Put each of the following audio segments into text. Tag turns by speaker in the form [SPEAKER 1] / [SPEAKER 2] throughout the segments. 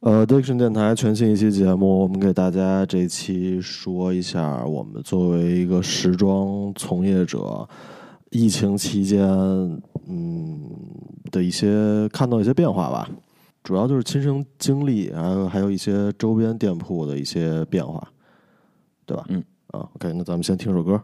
[SPEAKER 1] 呃，Diction 电台全新一期节目，我们给大家这期说一下，我们作为一个时装从业者，疫情期间，嗯的一些看到一些变化吧，主要就是亲身经历，还有还有一些周边店铺的一些变化，对吧？
[SPEAKER 2] 嗯，
[SPEAKER 1] 啊，OK，那咱们先听首歌。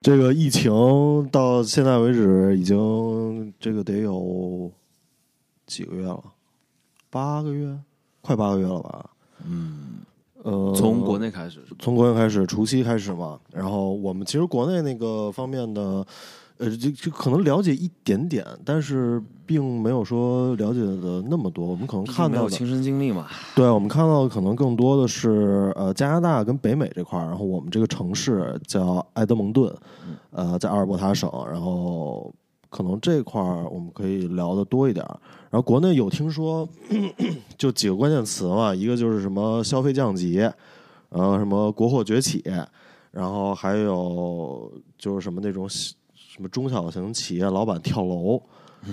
[SPEAKER 1] 这个疫情到现在为止，已经这个得有几个月了，八个月，快八个月了吧？嗯，呃，
[SPEAKER 2] 从国内开始，
[SPEAKER 1] 从国内开始，除夕开始嘛。然后我们其实国内那个方面的呃，就就可能了解一点点，但是并没有说了解的那么多。我们可能
[SPEAKER 2] 毕竟
[SPEAKER 1] 看
[SPEAKER 2] 没
[SPEAKER 1] 到
[SPEAKER 2] 有
[SPEAKER 1] 的，
[SPEAKER 2] 亲身经历嘛，
[SPEAKER 1] 对我们看到的可能更多的是呃加拿大跟北美这块儿，然后我们这个城市叫埃德蒙顿，呃，在阿尔伯塔省，然后可能这块儿我们可以聊的多一点儿。然后国内有听说， 就几个关键词嘛，一个就是什么消费降级，然后什么国货崛起，然后还有就是什么那种小什么中小型企业老板跳楼，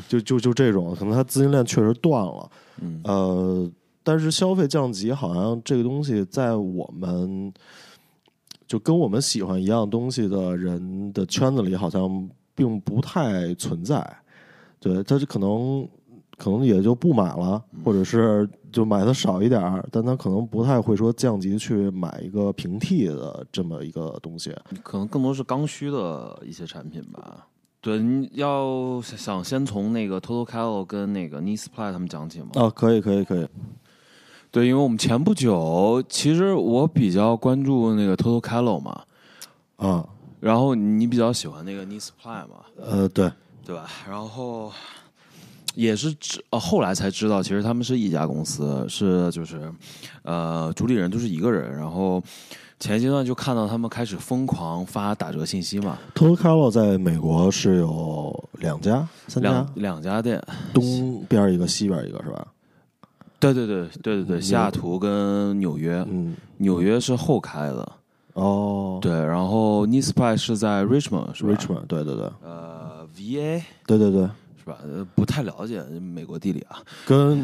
[SPEAKER 1] 就就就这种，可能他资金链确实断了，
[SPEAKER 2] 嗯
[SPEAKER 1] 呃，但是消费降级好像这个东西在我们就跟我们喜欢一样东西的人的圈子里好像并不太存在，对，他就可能。可能也就不买了，或者是就买的少一点儿，但他可能不太会说降级去买一个平替的这么一个东西。
[SPEAKER 2] 可能更多是刚需的一些产品吧。对，你要想先从那个 Total Calo 跟那个 Knee Supply 他们讲起吗？
[SPEAKER 1] 啊，可以，可以，可以。
[SPEAKER 2] 对，因为我们前不久，其实我比较关注那个 Total Calo 嘛，
[SPEAKER 1] 啊，
[SPEAKER 2] 然后你比较喜欢那个 Knee Supply 嘛，
[SPEAKER 1] 呃，对，
[SPEAKER 2] 对吧？然后也是知呃后来才知道，其实他们是一家公司，是就是呃主理人就是一个人。然后前阶段就看到他们开始疯狂发打折信息嘛，
[SPEAKER 1] Total Calo 在美国是有两家、三家
[SPEAKER 2] 两，两家店，
[SPEAKER 1] 东边一个，西边一个，是吧？
[SPEAKER 2] 对对对对对对，西雅图跟纽约，
[SPEAKER 1] 嗯，
[SPEAKER 2] 纽约是后开的，
[SPEAKER 1] 哦，
[SPEAKER 2] 对，然后 Knee Supply 是在 Richmond 是吧
[SPEAKER 1] Richmond，对对对，
[SPEAKER 2] 呃 VA
[SPEAKER 1] 对对对，
[SPEAKER 2] 是吧？呃，不太了解美国地理啊，
[SPEAKER 1] 跟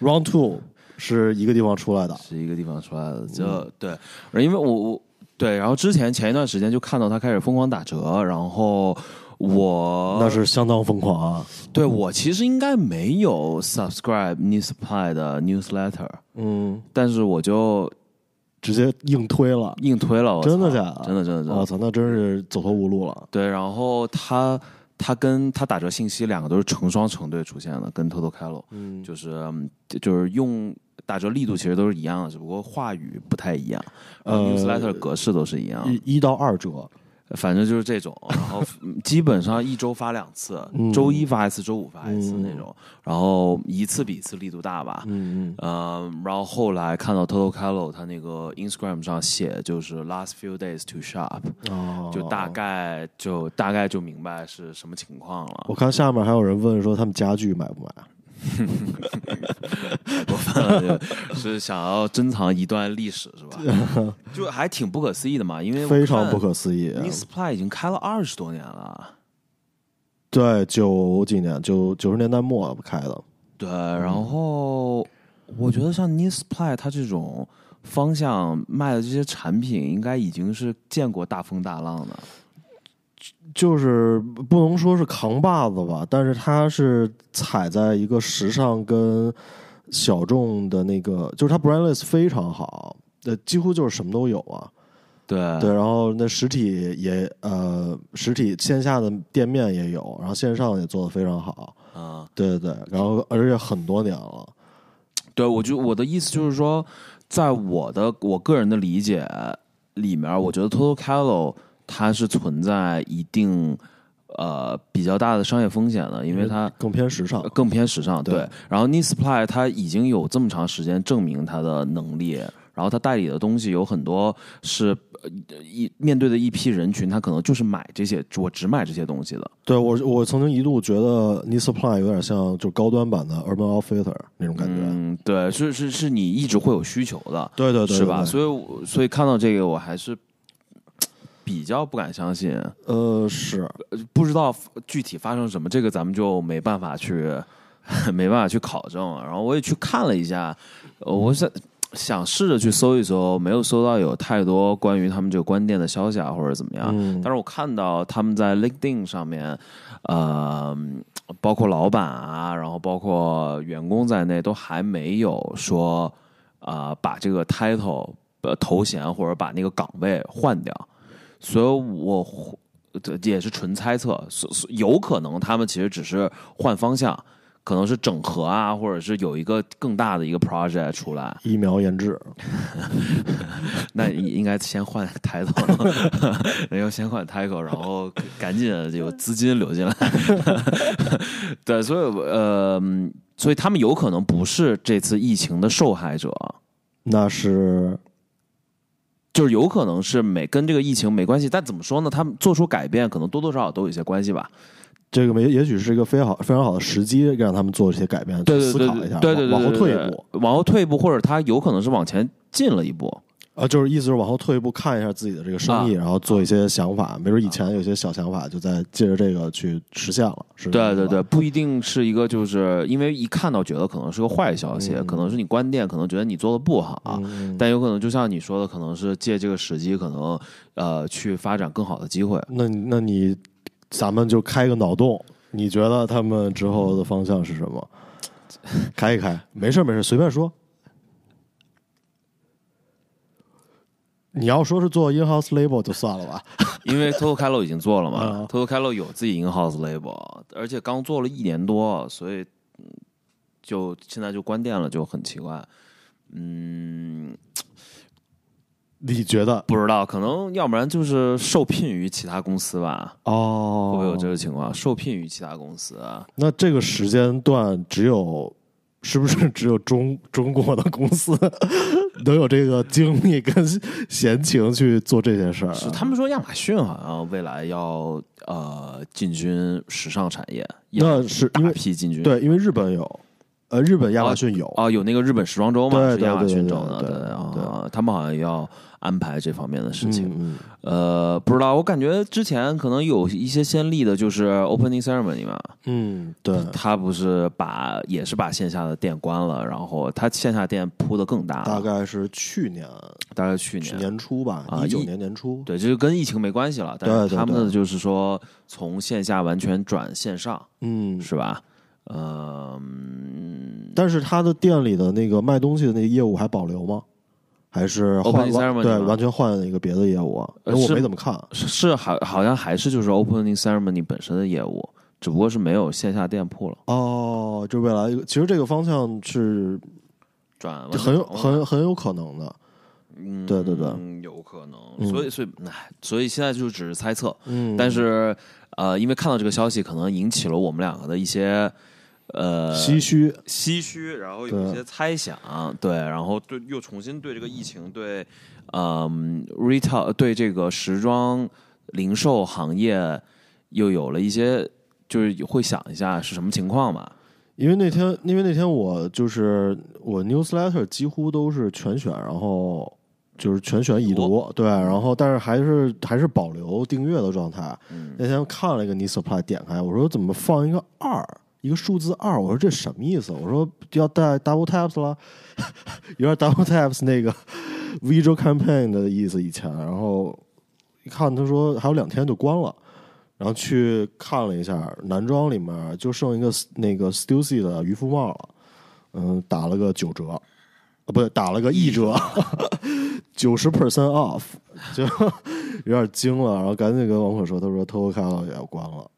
[SPEAKER 1] Round Two 是一个地方出来的。
[SPEAKER 2] 是一个地方出来的，就、
[SPEAKER 1] 嗯
[SPEAKER 2] 对，而因为我我对，然后之前前一段时间就看到他开始疯狂打折，然后我
[SPEAKER 1] 那是相当疯狂啊！
[SPEAKER 2] 对我其实应该没有 subscribe New Supply 的 newsletter，
[SPEAKER 1] 嗯，
[SPEAKER 2] 但是我就
[SPEAKER 1] 直接硬推了，
[SPEAKER 2] 硬推了，我操
[SPEAKER 1] 真的假的哦
[SPEAKER 2] 真的真的真
[SPEAKER 1] 我
[SPEAKER 2] 的，
[SPEAKER 1] 操，那真是走投无路了。
[SPEAKER 2] 对，然后他。他跟他打折信息两个都是成双成对出现的，跟 Total Calo
[SPEAKER 1] 嗯，
[SPEAKER 2] 就是嗯就是用打折力度其实都是一样的，只不过话语不太一样，然后
[SPEAKER 1] 呃
[SPEAKER 2] newsletter 格式都是一样的。
[SPEAKER 1] 一一到二折，
[SPEAKER 2] 反正就是这种，然 后嗯基本上一周发两次，
[SPEAKER 1] 嗯
[SPEAKER 2] 周一发一次，周五发一次那种，然后一次比一次力度大吧。
[SPEAKER 1] 嗯
[SPEAKER 2] 嗯，然后后来看到 Toto Calo 他那个 Instagram 上写就是 last few days to shop，、
[SPEAKER 1] 嗯，哦，
[SPEAKER 2] 就大概就大概就明白是什么情况了。
[SPEAKER 1] 我看下面还有人问说他们家具买不买？
[SPEAKER 2] 过分了， 就是想要珍藏一段历史是 吧？就还挺不可思议的嘛，因为
[SPEAKER 1] 非常不可思议。啊
[SPEAKER 2] n i Supply 已经开了二十多年了。
[SPEAKER 1] 对，九几年九九十年代末开的，
[SPEAKER 2] 对，然后我觉得像 n i s p l y 它这种方向卖的这些产品，应该已经是见过大风大浪的。
[SPEAKER 1] 就是不能说是扛把子吧，但是它是踩在一个时尚跟小众的那个，就是它 brandless 非常好，呃，几乎就是什么都有啊。
[SPEAKER 2] 对，
[SPEAKER 1] 对，然后那实体也呃，实体线下的店面也有，然后线上也做的非常好。
[SPEAKER 2] 嗯，
[SPEAKER 1] 对对对，然后而且很多年了，
[SPEAKER 2] 对，我就我的意思就是说，在我的我个人的理解里面，我觉得 Total Calo 它是存在一定呃比较大的商业风险的，因为它
[SPEAKER 1] 更偏时尚。
[SPEAKER 2] 呃更偏时尚，对。
[SPEAKER 1] 对
[SPEAKER 2] 然后 n i Supply 它已经有这么长时间证明它的能力，然后它代理的东西有很多是呃一面对的一批人群，他可能就是买这些，我只买这些东西的。
[SPEAKER 1] 对我，我曾经一度觉得 n i Supply 有点像就高端版的 Urban Outfitter 那种感觉。
[SPEAKER 2] 嗯，对，是是是你一直会有需求的，
[SPEAKER 1] 对对对对
[SPEAKER 2] 是吧？
[SPEAKER 1] 对
[SPEAKER 2] 所以我所以看到这个，我还是嘖比较不敢相信，
[SPEAKER 1] 呃，是
[SPEAKER 2] 不知道具体发生什么，这个咱们就没办法去 没办法去考证。然后我也去看了一下，呃我想想试着去搜一搜，没有搜到有太多关于他们这个关店的消息啊，或者怎么样。但是我看到他们在 LinkedIn 上面，呃，包括老板啊，然后包括员工在内，都还没有说啊、呃把这个 title 呃头衔或者把那个岗位换掉，所以我这也是纯猜测，所所有可能他们其实只是换方向，可能是整合啊，或者是有一个更大的一个 project 出来，
[SPEAKER 1] 疫苗研制，
[SPEAKER 2] 那应该先换 title，要 先换 title，然后赶紧有资金流进来。 对，所以呃，所以他们有可能不是这次疫情的受害者，
[SPEAKER 1] 那是
[SPEAKER 2] 就是有可能是没跟这个疫情没关系。但怎么说呢？他们做出改变，可能多多少少都有一些关系吧。
[SPEAKER 1] 这个没，也许是一个非常好、非常好的时机，让他们做这些改变，
[SPEAKER 2] 对对
[SPEAKER 1] 思
[SPEAKER 2] 对
[SPEAKER 1] 考一下，
[SPEAKER 2] 对对对，
[SPEAKER 1] 往往后退一步
[SPEAKER 2] 对，，对往后退一步，或者他有可能是往前进了一步。
[SPEAKER 1] 啊，就是意思是往后退一步，看一下自己的这个生
[SPEAKER 2] 啊
[SPEAKER 1] 意，然后做一些想法，没准以前有些小想法就在借着这个去实现了，是这
[SPEAKER 2] 对
[SPEAKER 1] 意思
[SPEAKER 2] 对
[SPEAKER 1] 吧
[SPEAKER 2] 对，，不一定是一个，就是因为一看到觉得可能是个坏消息，
[SPEAKER 1] 嗯
[SPEAKER 2] 可能是你关店，可能觉得你做的不好，
[SPEAKER 1] 嗯，
[SPEAKER 2] 但有可能就像你说的，可能是借这个时机，可能呃去发展更好的机会。
[SPEAKER 1] 那你那你咱们就开个脑洞，你觉得他们之后的方向是什 么？开一开，没事儿没事儿，随便说。你要说是做 in house label 就算了吧，
[SPEAKER 2] 因为 Toto Calo 已经做了嘛
[SPEAKER 1] 啊
[SPEAKER 2] ，Toto Calo 有自己 in house label，而且刚做了一年多，所以嗯就现在就关店了，就很奇怪。嗯，
[SPEAKER 1] 你觉得
[SPEAKER 2] 不知道，可能要不然就是受聘于其他公司吧，
[SPEAKER 1] 哦
[SPEAKER 2] 会不会有这个情况？受聘于其他公司啊，
[SPEAKER 1] 那这个时间段只有 是不是只有中中国的公司 能有这个精力跟闲情去做这件事儿啊？
[SPEAKER 2] 是他们说亚马逊好像未来要呃进军时尚产业，要
[SPEAKER 1] 那是因
[SPEAKER 2] 大
[SPEAKER 1] 为
[SPEAKER 2] 批进军。
[SPEAKER 1] 对，因为日本有，呃，日本亚马逊有，
[SPEAKER 2] 啊，有那个日本时装周嘛，
[SPEAKER 1] 对
[SPEAKER 2] 是亚马
[SPEAKER 1] 对对
[SPEAKER 2] 逊
[SPEAKER 1] 对
[SPEAKER 2] 州的，
[SPEAKER 1] 对对
[SPEAKER 2] 啊，他们好像要安排这方面的事情。
[SPEAKER 1] 嗯，
[SPEAKER 2] 呃，不知道，我感觉之前可能有一些先例的，就是 opening ceremony 嘛，
[SPEAKER 1] 嗯，对，
[SPEAKER 2] 他不是把也是把线下的店关了，然后他线下店铺的更大了，
[SPEAKER 1] 大概是去年
[SPEAKER 2] 大概去
[SPEAKER 1] 去
[SPEAKER 2] 年。
[SPEAKER 1] 年初吧，
[SPEAKER 2] 啊
[SPEAKER 1] 一九
[SPEAKER 2] 一
[SPEAKER 1] 年年初，
[SPEAKER 2] 对，这就跟疫情没关系了，但
[SPEAKER 1] 对
[SPEAKER 2] 是
[SPEAKER 1] 对
[SPEAKER 2] 他们
[SPEAKER 1] 对
[SPEAKER 2] 的就是说从线下完全转线上，
[SPEAKER 1] 嗯，
[SPEAKER 2] 是吧？呃嗯
[SPEAKER 1] 但是他的店里的那个卖东西的那个业务还保留吗？还是换
[SPEAKER 2] Open
[SPEAKER 1] 完
[SPEAKER 2] ceremony
[SPEAKER 1] 对，
[SPEAKER 2] 吗
[SPEAKER 1] 完全换了一个别的业务啊？因
[SPEAKER 2] 呃
[SPEAKER 1] 为我
[SPEAKER 2] 是
[SPEAKER 1] 没怎么看，
[SPEAKER 2] 是是好，好像还是就是 opening ceremony 本身的业务，只不过是没有线下店铺了，
[SPEAKER 1] 哦，就未来一个，其实这个方向是
[SPEAKER 2] 转
[SPEAKER 1] 很有
[SPEAKER 2] 完全
[SPEAKER 1] 很很有可能的。
[SPEAKER 2] 嗯，
[SPEAKER 1] 对对对
[SPEAKER 2] 嗯有可能，
[SPEAKER 1] 嗯
[SPEAKER 2] 所以所以唉，所以现在就只是猜测，
[SPEAKER 1] 嗯
[SPEAKER 2] 但是呃，因为看到这个消息，可能引起了我们两个的一些呃
[SPEAKER 1] 唏嘘，
[SPEAKER 2] 唏嘘，然后有一
[SPEAKER 1] 对
[SPEAKER 2] 些猜想，对，然后对又重新对这个疫情，对，嗯，retail 对这个时装零售行业又有了一些，就是会想一下是什么情况嘛？
[SPEAKER 1] 因为那天，因为那天我就是我 newsletter 几乎都是全选，然后就是全选已读，对，然后但是还是还是保留订阅的状态。
[SPEAKER 2] 嗯，
[SPEAKER 1] 那天看了一个 new supply，点开我说怎么放一个二，一个数字二，我说这什么意思？我说要带 double taps 了， 有点 double taps 那个 visual campaign 的意思以前，然后一看他说还有两天就关了。然后去看了一下男装里面就剩一个 s- 那个 Stussy 的渔夫帽了，嗯，打了个九折，啊，不对，打了个一折，九十 percent off，就有点惊了，然后赶紧跟王可说，他说 Total Cal 也要关了，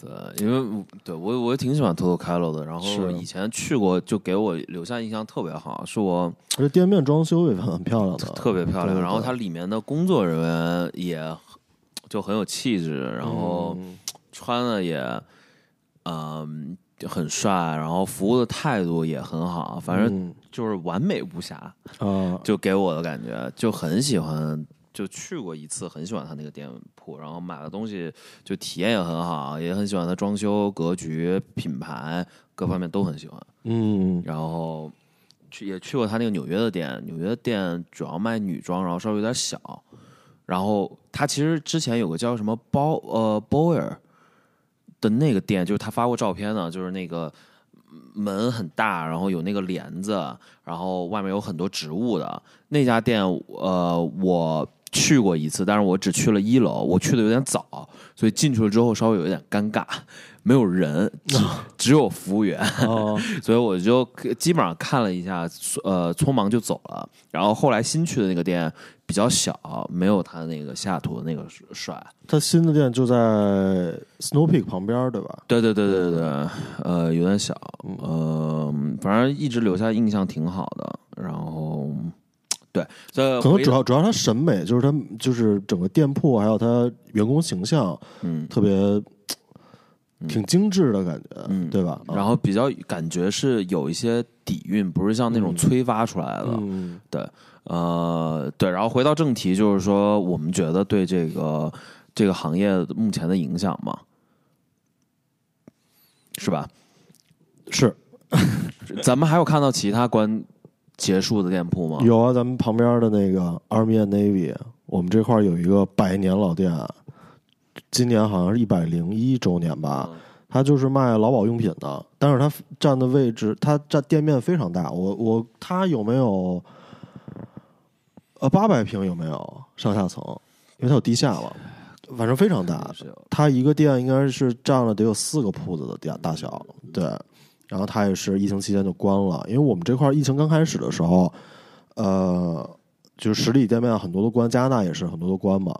[SPEAKER 2] 对，因为我对我我也挺喜欢 Toto Calo 的，然后
[SPEAKER 1] 是
[SPEAKER 2] 以前去过，就给我留下印象特别好，是我
[SPEAKER 1] 而且店面装修也很漂亮的，
[SPEAKER 2] 特别漂亮，
[SPEAKER 1] 呃对
[SPEAKER 2] 然后
[SPEAKER 1] 对
[SPEAKER 2] 它里面的工作人员也很就很有气质，然后。
[SPEAKER 1] 嗯
[SPEAKER 2] 穿的也，嗯、很帅，然后服务的态度也很好，反正
[SPEAKER 1] 嗯
[SPEAKER 2] 就是完美无瑕，
[SPEAKER 1] 啊，
[SPEAKER 2] 就给我的感觉就很喜欢。就去过一次，很喜欢他那个店铺，然后买的东西就体验也很好，也很喜欢他装修、格局、品牌各方面都很喜欢。
[SPEAKER 1] 嗯
[SPEAKER 2] 然后去也去过他那个纽约的店，纽约的店主要卖女装，然后稍微有点小。然后他其实之前有个叫什么包呃 Boyer 的那个店，就是他发过照片呢，就是那个门很大，然后有那个帘子，然后外面有很多植物的那家店，呃，我。去过一次，但是我只去了一楼，我去的有点早，所以进去了之后稍微有一点尴尬，没有人，只只有服务员，
[SPEAKER 1] 哦，
[SPEAKER 2] 所以我就基本上看了一下，呃，匆忙就走了。然后后来新去的那个店比较小，没有他那个西雅图的那个帅。
[SPEAKER 1] 他新的店就在 Snow Peak 旁边儿，对吧？
[SPEAKER 2] 对对对对对，呃，有点小，呃，反正一直留下印象挺好的。然后，对，这
[SPEAKER 1] 可能
[SPEAKER 2] 呃回
[SPEAKER 1] 主要主要他审美就是他就是整个店铺还有他员工形象
[SPEAKER 2] 嗯，
[SPEAKER 1] 特别挺精致的感觉，
[SPEAKER 2] 嗯
[SPEAKER 1] 对吧？
[SPEAKER 2] 然后比较感觉是有一些底蕴，不是像那种催发出来的。
[SPEAKER 1] 嗯
[SPEAKER 2] 呃，对，然后回到正题，就是说我们觉得对这个这个行业目前的影响嘛，是吧？
[SPEAKER 1] 是
[SPEAKER 2] 咱们还有看到其他关结束的店铺吗？
[SPEAKER 1] 有啊，咱们旁边的那个 Army and Navy，我们这块儿有一个百年老店，今年好像是一百零一周年吧。
[SPEAKER 2] 嗯
[SPEAKER 1] 它就是卖劳保用品的，但是它占的位置，它占店面非常大。我我它有没有呃八百平有没有上下层？因为它有地下嘛，反正非常大。
[SPEAKER 2] 是有
[SPEAKER 1] 它一个店应该是占了得有四个铺子的大大小，对。然后它也是疫情期间就关了，因为我们这块儿疫情刚开始的时候，呃，就是实体店面很多都关，加拿大也是很多都关嘛。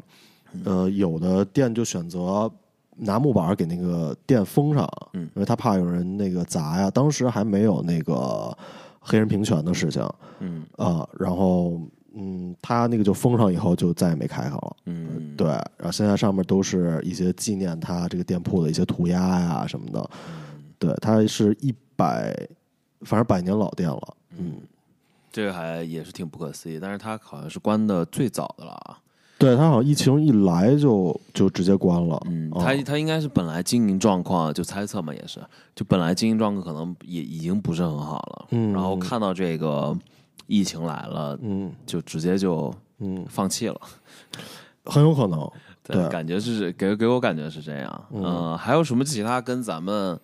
[SPEAKER 2] 嗯
[SPEAKER 1] 呃，有的店就选择拿木板儿给那个店封上，
[SPEAKER 2] 嗯
[SPEAKER 1] 因为他怕有人那个砸呀。当时还没有那个黑人平权的事情啊、
[SPEAKER 2] 嗯
[SPEAKER 1] 然后嗯，他那个就封上以后就再也没开开了。
[SPEAKER 2] 嗯，
[SPEAKER 1] 对，然后现在上面都是一些纪念他这个店铺的一些涂鸦呀什么的。
[SPEAKER 2] 嗯
[SPEAKER 1] 对，它是一百，反正百年老店了。嗯，
[SPEAKER 2] 这个还也是挺不可思议，但是它好像是关的最早的了啊。
[SPEAKER 1] 对，它好像疫情一来就就直接关了。
[SPEAKER 2] 嗯，
[SPEAKER 1] 哦
[SPEAKER 2] 它它应该是本来经营状况，就猜测嘛，也是，就本来经营状况可能也已经不是很好了，
[SPEAKER 1] 嗯
[SPEAKER 2] 然后看到这个疫情来了，
[SPEAKER 1] 嗯
[SPEAKER 2] 就直接就
[SPEAKER 1] 嗯，
[SPEAKER 2] 放弃了。
[SPEAKER 1] 很有可能。
[SPEAKER 2] 对，
[SPEAKER 1] 对
[SPEAKER 2] 感觉是给给我感觉是这样。嗯、还有什么其他跟咱们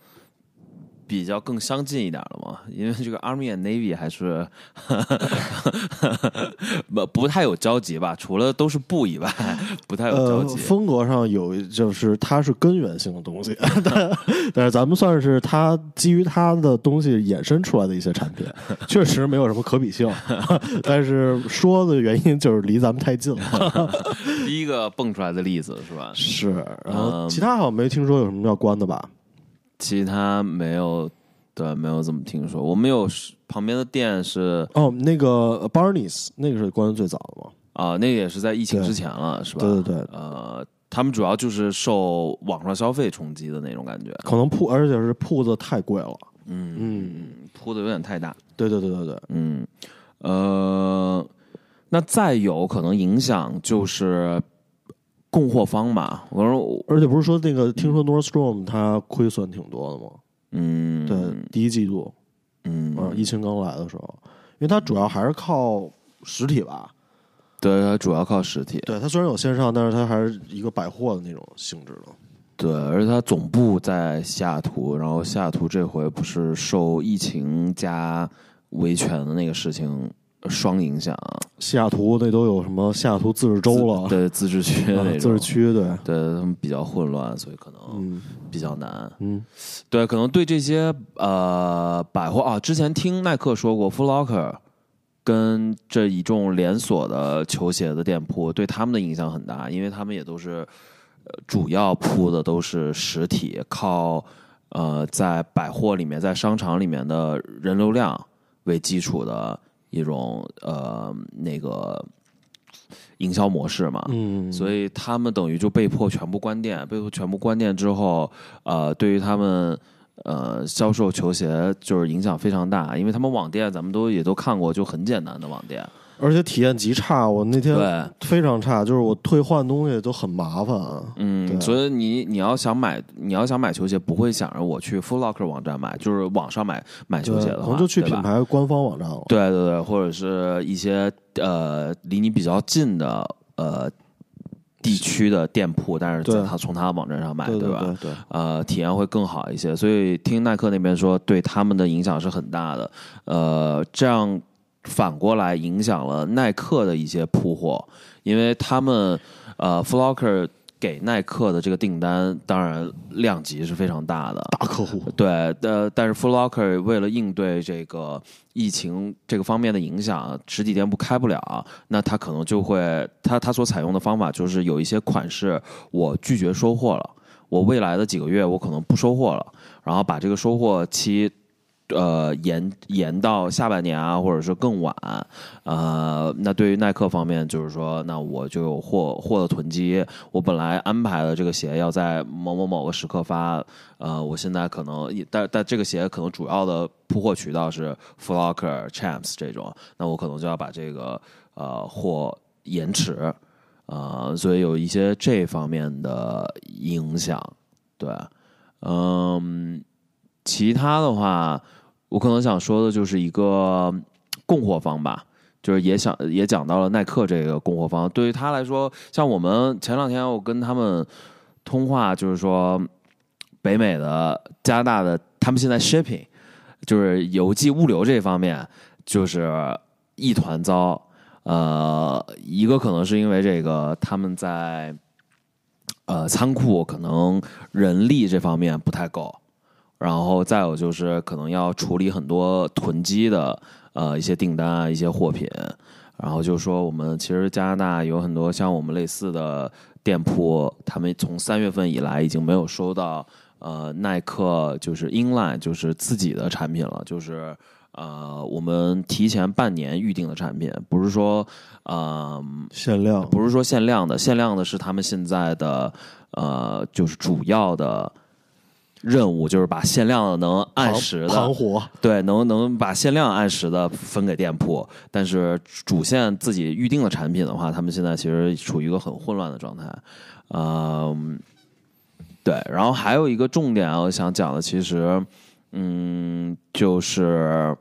[SPEAKER 2] 比较更相近一点的吗？因为这个 Army and Navy 还是 不不太有交集吧，除了都是布以外， 不太有交
[SPEAKER 1] 呃，
[SPEAKER 2] 集。
[SPEAKER 1] 风格上有就是它是根源性的东西， 但但是咱们算是它基于它的东西衍生出来的一些产 品，确实没有什么可比性。 但是说的原因就是离咱们太近了。
[SPEAKER 2] 第一个蹦出来的例子 是嗯吧？
[SPEAKER 1] 是，然后其他好像没听说有什么要关的吧？
[SPEAKER 2] 其他没有，对，没有怎么听说。我们有旁边的店是
[SPEAKER 1] 哦，那个 Barneys 那个是关的最早的嘛？
[SPEAKER 2] 啊、那个也是在疫情之前了，是吧？
[SPEAKER 1] 对对对，
[SPEAKER 2] 呃，他们主要就是受网上消费冲击的那种感觉。
[SPEAKER 1] 可能铺而且是铺子太贵了。
[SPEAKER 2] 嗯，铺的有点太大。
[SPEAKER 1] 对对对对对，
[SPEAKER 2] 嗯，呃，那再有可能影响就是供货方嘛。我说我，
[SPEAKER 1] 而且不是说那个听说 Nordstrom 它亏损挺多的吗？
[SPEAKER 2] 嗯，
[SPEAKER 1] 对，第一季度，嗯，
[SPEAKER 2] 嗯，
[SPEAKER 1] 疫情刚来的时候，因为它主要还是靠实体吧。
[SPEAKER 2] 对，它主要靠实体，
[SPEAKER 1] 对，它虽然有线上，但是它还是一个百货的那种性质的。
[SPEAKER 2] 对，而且它总部在西雅图，然后西雅图这回不是受疫情加维权的那个事情双影响，
[SPEAKER 1] 西雅图那都有什么西雅图自治州了，
[SPEAKER 2] 对，自治区那种
[SPEAKER 1] 啊自治区对，
[SPEAKER 2] 对他们比较混乱，所以可能比较难。
[SPEAKER 1] 嗯，
[SPEAKER 2] 对，可能对这些呃百货啊，之前听耐克说过，Foot Locker 跟这一众连锁的球鞋的店铺对他们的影响很大，因为他们也都是呃主要铺的都是实体，靠呃在百货里面、在商场里面的人流量为基础的一种呃那个营销模式嘛。
[SPEAKER 1] 嗯，
[SPEAKER 2] 所以他们等于就被迫全部关店，被迫全部关店之后，呃，对于他们呃销售球鞋就是影响非常大，因为他们网店咱们都也都看过，就很简单的网店，
[SPEAKER 1] 而且体验极差。我那天
[SPEAKER 2] 对，
[SPEAKER 1] 非常差，就是我退换东西都很麻烦。啊对
[SPEAKER 2] 嗯，所以你你要想买，你要想买球鞋，不会想着我去 Foot Locker 网站买，就是网上买买球鞋
[SPEAKER 1] 对
[SPEAKER 2] 的
[SPEAKER 1] 可
[SPEAKER 2] 话，
[SPEAKER 1] 能就去
[SPEAKER 2] 对吧
[SPEAKER 1] 品牌官方网站了。
[SPEAKER 2] 对对对，或者是一些呃离你比较近的呃地区的店铺，但是在
[SPEAKER 1] 对
[SPEAKER 2] 他从他的网站上买，
[SPEAKER 1] 对
[SPEAKER 2] 吧？
[SPEAKER 1] 对对，
[SPEAKER 2] 呃，体验会更好一些。所以听耐克那边说，对他们的影响是很大的。呃，这样反过来影响了耐克的一些铺货，因为他们呃 f l o c k e r 给耐克的这个订单，当然量级是非常大的。
[SPEAKER 1] 大客户，
[SPEAKER 2] 对，呃，但是 Foot Locker 为了应对这个疫情这个方面的影响，实体店铺开不了，那他可能就会，他他所采用的方法就是有一些款式我拒绝收货了，我未来的几个月我可能不收货了，然后把这个收货期。呃，延延到下半年啊，或者是更晚，呃，那对于耐克方面，就是说，那我就有货货的囤积，我本来安排的这个鞋要在某某某个时刻发，呃，我现在可能也，但但这个鞋可能主要的铺货渠道是 f l o c k e r Champs 这种，那我可能就要把这个呃货延迟，呃，所以有一些这方面的影响，对，嗯，其他的话，我可能想说的就是一个供货方吧，就是也想也讲到了耐克这个供货方，对于他来说，像我们前两天我跟他们通话，就是说北美的加拿大的，他们现在 shipping 就是邮寄物流这方面就是一团糟。呃，一个可能是因为这个他们在呃仓库可能人力这方面不太够，然后再有就是可能要处理很多囤积的呃一些订单啊、一些货品，然后就说我们其实加拿大有很多像我们类似的店铺，他们从三月份以来已经没有收到呃耐克就是 Inline 就是自己的产品了，就是。呃，我们提前半年预定的产品，不是说，呃，
[SPEAKER 1] 限量
[SPEAKER 2] 不是说限量的，限量的是他们现在的呃，就是主要的任务，就是把限量的能按时的
[SPEAKER 1] 盘活，
[SPEAKER 2] 对，能能把限量按时的分给店铺，但是主线自己预定的产品的话，他们现在其实处于一个很混乱的状态，嗯，对，然后还有一个重点啊我想讲的，其实，嗯，就是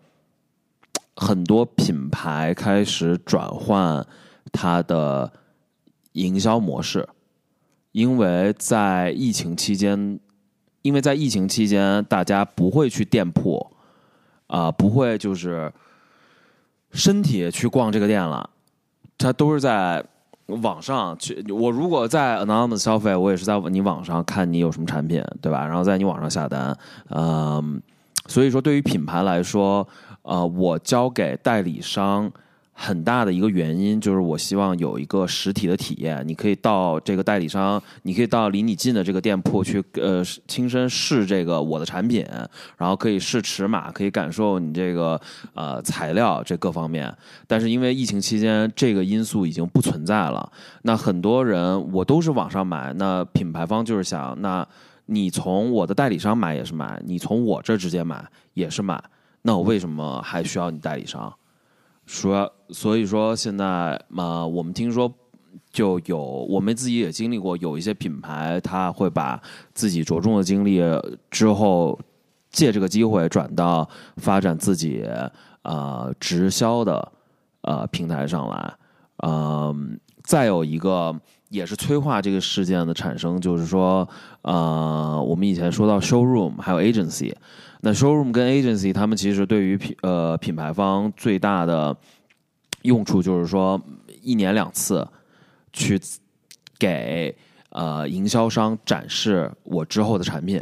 [SPEAKER 2] 很多品牌开始转换它的营销模式，因为在疫情期间，因为在疫情期间，大家不会去店铺，啊、不会就是身体去逛这个店了，它都是在网上去。我如果在 Anonymous 消费，我也是在你网上看你有什么产品，对吧？然后在你网上下单，嗯、所以说对于品牌来说，呃，我交给代理商。很大的一个原因就是，我希望有一个实体的体验。你可以到这个代理商，你可以到离你近的这个店铺去，呃，亲身试这个我的产品，然后可以试尺码，可以感受你这个呃材料这各方面。但是因为疫情期间，这个因素已经不存在了。那很多人我都是网上买，那品牌方就是想，那你从我的代理商买也是买，你从我这儿直接买也是买，那我为什么还需要你代理商？说，所以说现在嘛、呃我们听说就有，我们自己也经历过，有一些品牌他会把自己着重的精力之后，借这个机会转到发展自己呃直销的呃平台上来，嗯、再有一个也是催化这个事件的产生，就是说，呃，我们以前说到 showroom 还有 agency，那 showroom 跟 agency 他们其实对于品呃品牌方最大的用处就是说一年两次去给呃营销商展示我之后的产品，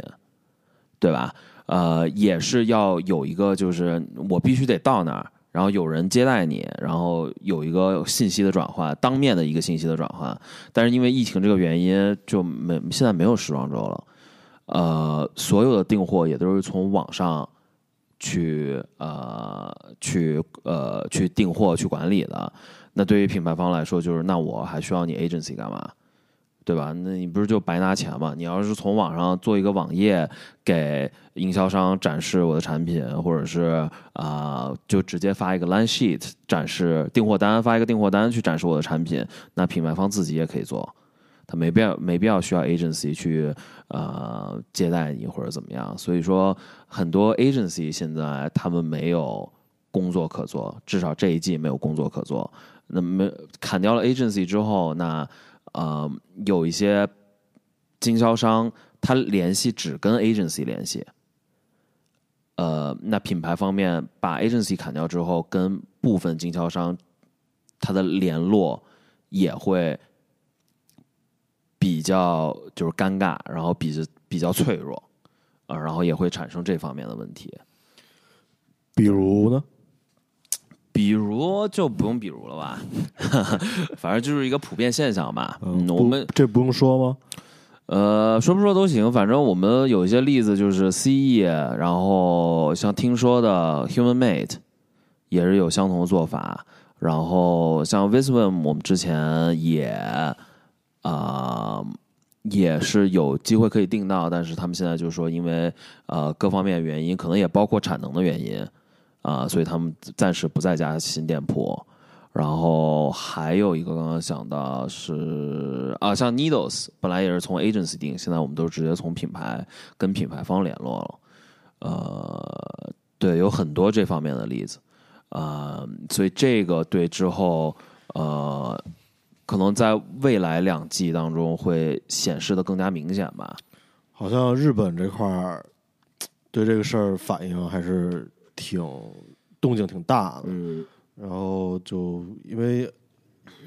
[SPEAKER 2] 对吧？呃，也是要有一个，就是我必须得到那儿，然后有人接待你，然后有一个信息的转换，当面的一个信息的转换。但是因为疫情这个原因，就没现在没有时装周了，呃，所有的订货也都是从网上去呃去呃去订货去管理的。那对于品牌方来说，就是那我还需要你 agency 干嘛？对吧？那你不是就白拿钱吗？你要是从网上做一个网页给营销商展示我的产品，或者是啊、就直接发一个 line sheet 展示订货单，发一个订货单去展示我的产品，那品牌方自己也可以做，他没必要没必要需要 agency 去呃接待你或者怎么样。所以说，很多 agency 现在他们没有工作可做，至少这一季没有工作可做。那么砍掉了 agency 之后，那呃，有一些经销商他联系只跟 agency 联系，呃，那品牌方面把 agency 砍掉之后，跟部分经销商他的联络也会比比较就是尴尬，然后比比较脆弱，啊，然后也会产生这方面的问题。
[SPEAKER 1] 比如呢？
[SPEAKER 2] 比如就不用比如了吧， 反正就是一个普遍现象吧。嗯，
[SPEAKER 1] 不
[SPEAKER 2] 我们
[SPEAKER 1] 这不用说吗？
[SPEAKER 2] 呃，说不说都行，反正我们有一些例子就是 CE，然后像听说的 HumanMate 也是有相同的做法，然后像 Viswim 我们之前也啊、呃也是有机会可以订到，但是他们现在就是说因为呃各方面原因，可能也包括产能的原因啊、所以他们暂时不再加新店铺。然后还有一个刚刚想到是啊，像 Needles 本来也是从 agency 定，现在我们都直接从品牌跟品牌方联络了。呃，对，有很多这方面的例子。呃，所以这个对之后呃，可能在未来两季当中会显示的更加明显吧。
[SPEAKER 1] 好像日本这块儿对这个事儿反应还是挺动静挺大的。
[SPEAKER 2] 嗯
[SPEAKER 1] 然后就因为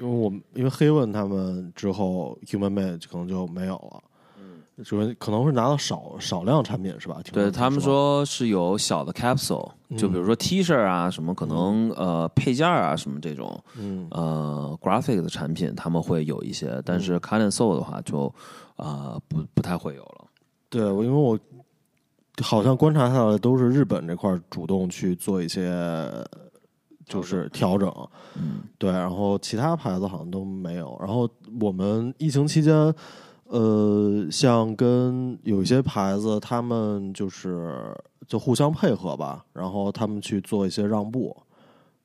[SPEAKER 1] 因为我们因为黑问他们之后，Human Made 可能就没有了。嗯，主要可能是拿到少少量产品是吧？听
[SPEAKER 2] 对
[SPEAKER 1] 说
[SPEAKER 2] 他们
[SPEAKER 1] 是吧，嗯
[SPEAKER 2] 说是有小的 capsule，就比如说 T 恤啊，什么可能呃配件啊，什么这种，
[SPEAKER 1] 嗯，
[SPEAKER 2] 呃 graphic 的产品他们会有一些，但
[SPEAKER 1] 嗯
[SPEAKER 2] 是 c a n Soul 的话就呃不不太会有了。
[SPEAKER 1] 对，我因为我好像观察下来都是日本这块儿主动去做一些就是调整，
[SPEAKER 2] 嗯，
[SPEAKER 1] 对，然后其他牌子好像都没有。然后我们疫情期间，呃，像跟有一些牌子，他们就是就互相配合吧，然后他们去做一些让步，